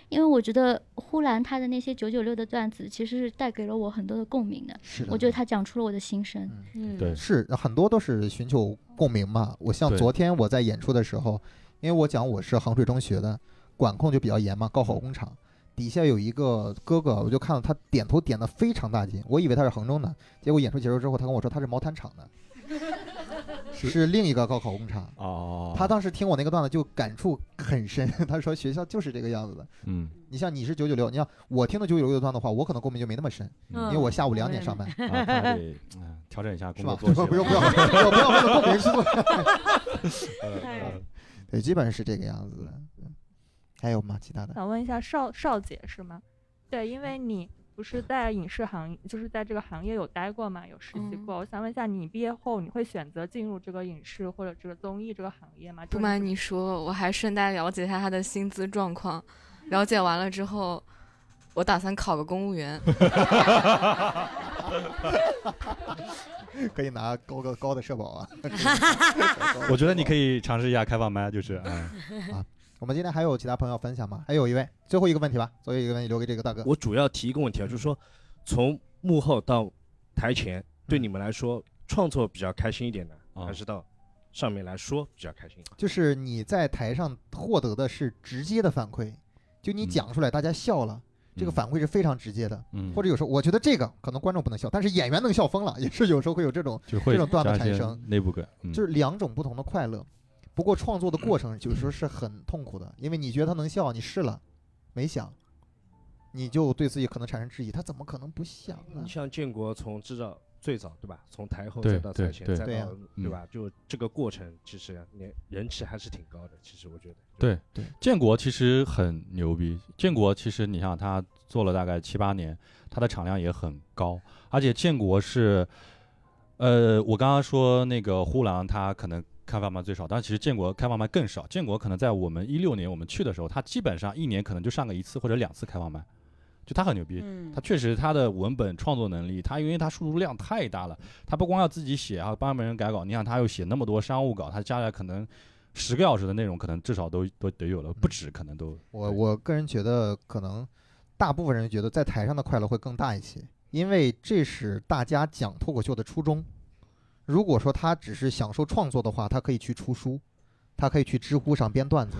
S8: 因为我觉得呼兰他的那些九九六的段子，其实是带给了我很多的共鸣的。
S1: 是
S8: 我觉得他讲出了我的心声。
S4: 嗯
S2: 对
S1: 是很多都是寻求共鸣嘛。我像
S2: 对
S1: 昨天我在演出的时候，因为我讲我是衡水中学的，管控就比较严嘛，高考工厂。底下有一个哥哥，我就看到他点头点的非常大劲，我以为他是衡中的，结果演出结束之后，他跟我说他是毛坦厂的，
S2: [LAUGHS]
S1: 是另一个高考工厂。
S2: 哦
S1: 他当时听我那个段子就感触很深， [LAUGHS] 他说学校就是这个样子的。
S2: 嗯，
S1: 你像你是九九六，你像我听的九九六的段子的话，我可能共鸣就没那么深，
S2: 嗯
S8: 嗯
S1: 因为
S8: [LAUGHS]
S1: 我下午两点上班，
S2: 啊他得嗯调整一下
S1: 是
S2: 工
S1: 吧
S2: 作？
S1: 不
S2: 作
S1: 用
S2: 息
S1: [LAUGHS] 不
S2: 了
S1: 用不要，我不要为了共鸣去做
S8: [LAUGHS]
S2: 呃
S4: 哎
S2: 呃
S1: 对，基本上是这个样子的。嗯还有吗？其他的？ [LAUGHS]
S6: 想问一下邵邵姐是吗？对，因为
S3: 嗯
S6: 你不是在影视行，就是在这个行业有待过嘛，有实习
S3: 嗯
S6: 过。我想问一下，你毕业后你会选择进入这个影视或者这个综艺这个行业吗？
S3: 不瞒你说，我还顺带了解一下他的薪资状
S6: [LAUGHS]
S3: 况，了解完了之后，我打算考个公务员。
S1: 可以拿高个高的社保啊。
S2: 我觉得你可以尝试一下开放麦，就是嗯 [LAUGHS]
S1: 我们今天还有其他朋友分享吗？还有一位，最后一个问题吧，最后一个问题留给这个大哥。
S5: 我主要提一个问题啊，就是说从幕后到台前，对你们来说创作比较开心一点呢，
S2: 啊
S5: 还是到上面来说比较开心？
S1: 就是你在台上获得的是直接的反馈，就你
S2: 嗯
S1: 讲出来，大家笑了，这个
S2: 嗯
S1: 反馈是非常直接的。
S2: 嗯，
S1: 或者有时候我觉得这个可能观众不能笑，但是演员能笑疯了，也是有时候会有这种，
S2: 就会
S1: 这种段子
S2: 加一
S1: 产
S2: 些
S1: 生
S2: 内部梗，嗯
S1: 就是两种不同的快乐。不过创作的过程有时候是很痛苦的，因为你觉得他能笑，你试了，没响，你就对自己可能产生质疑，他怎么可能不响呢
S5: 你？
S2: 嗯
S5: 像建国从制造最早对吧，从台后
S2: 对
S5: 再到台
S2: 对嗯
S5: 前，
S2: 对
S5: 再
S1: 对呀
S5: 到对吧，就这个过程其实人人气还是挺高的，其实我觉得。
S2: 对
S1: 对
S2: 建国其实很牛逼。建国其实你像他做了大概七八年，他的产量也很高，而且建国是，呃，我刚刚说那个呼兰他可能开放麦最少，但其实建国开放麦更少。建国可能在我们一六年我们去的时候，他基本上一年可能就上个一次或者两次开放麦，就他很牛逼。
S4: 嗯
S2: 他确实他的文本创作能力，他因为他输出量太大了，他不光要自己写，还要帮别人改稿。你想他又写那么多商务稿，他加起来可能十个小时的内容，可能至少都都得
S1: 嗯
S2: 有了，不止，可能都
S1: 我我个人觉得，可能大部分人觉得在台上的快乐会更大一些，因为这是大家讲脱口秀的初衷。如果说他只是享受创作的话，他可以去出书，他可以去知乎上编
S2: [LAUGHS]
S1: 段子，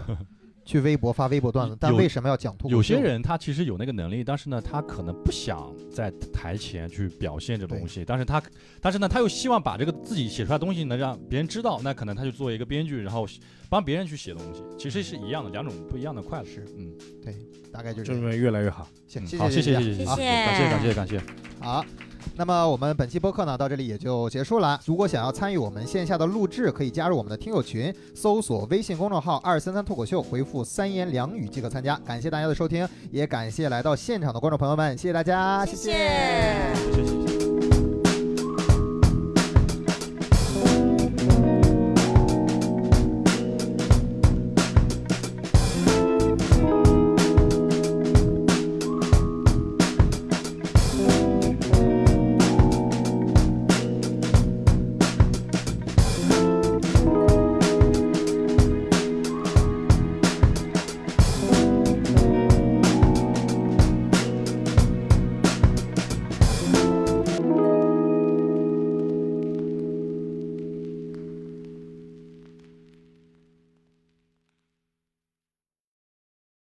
S1: 去微博发微博段子。但
S2: 有
S1: 为什么要讲脱口秀？
S2: 有些人他其实有那个能力，但是呢，他可能不想在台前去表现这个东西，但是他，但是呢，他又希望把这个自己写出来的东西能让别人知道，那可能他就作为一个编剧，然后帮别人去写东西，其实是一样的，两种不一样的快乐。
S1: 是，
S2: 嗯，
S1: 对，大概就是
S5: 这边越来越好。
S1: 行，
S2: 嗯
S1: 谢
S2: 好，谢
S1: 谢
S2: 谢谢谢，
S1: 啊
S2: 感谢感谢感谢。
S1: 好，那么我们本期播客呢到这里也就结束了。如果想要参与我们线下的录制，可以加入我们的听友群，搜索微信公众号“二三三脱口秀”，回复“三言两语”即可参加。感谢大家的收听，也感谢来到现场的观众朋友们，谢谢大家，谢谢
S3: 谢
S2: 谢谢谢谢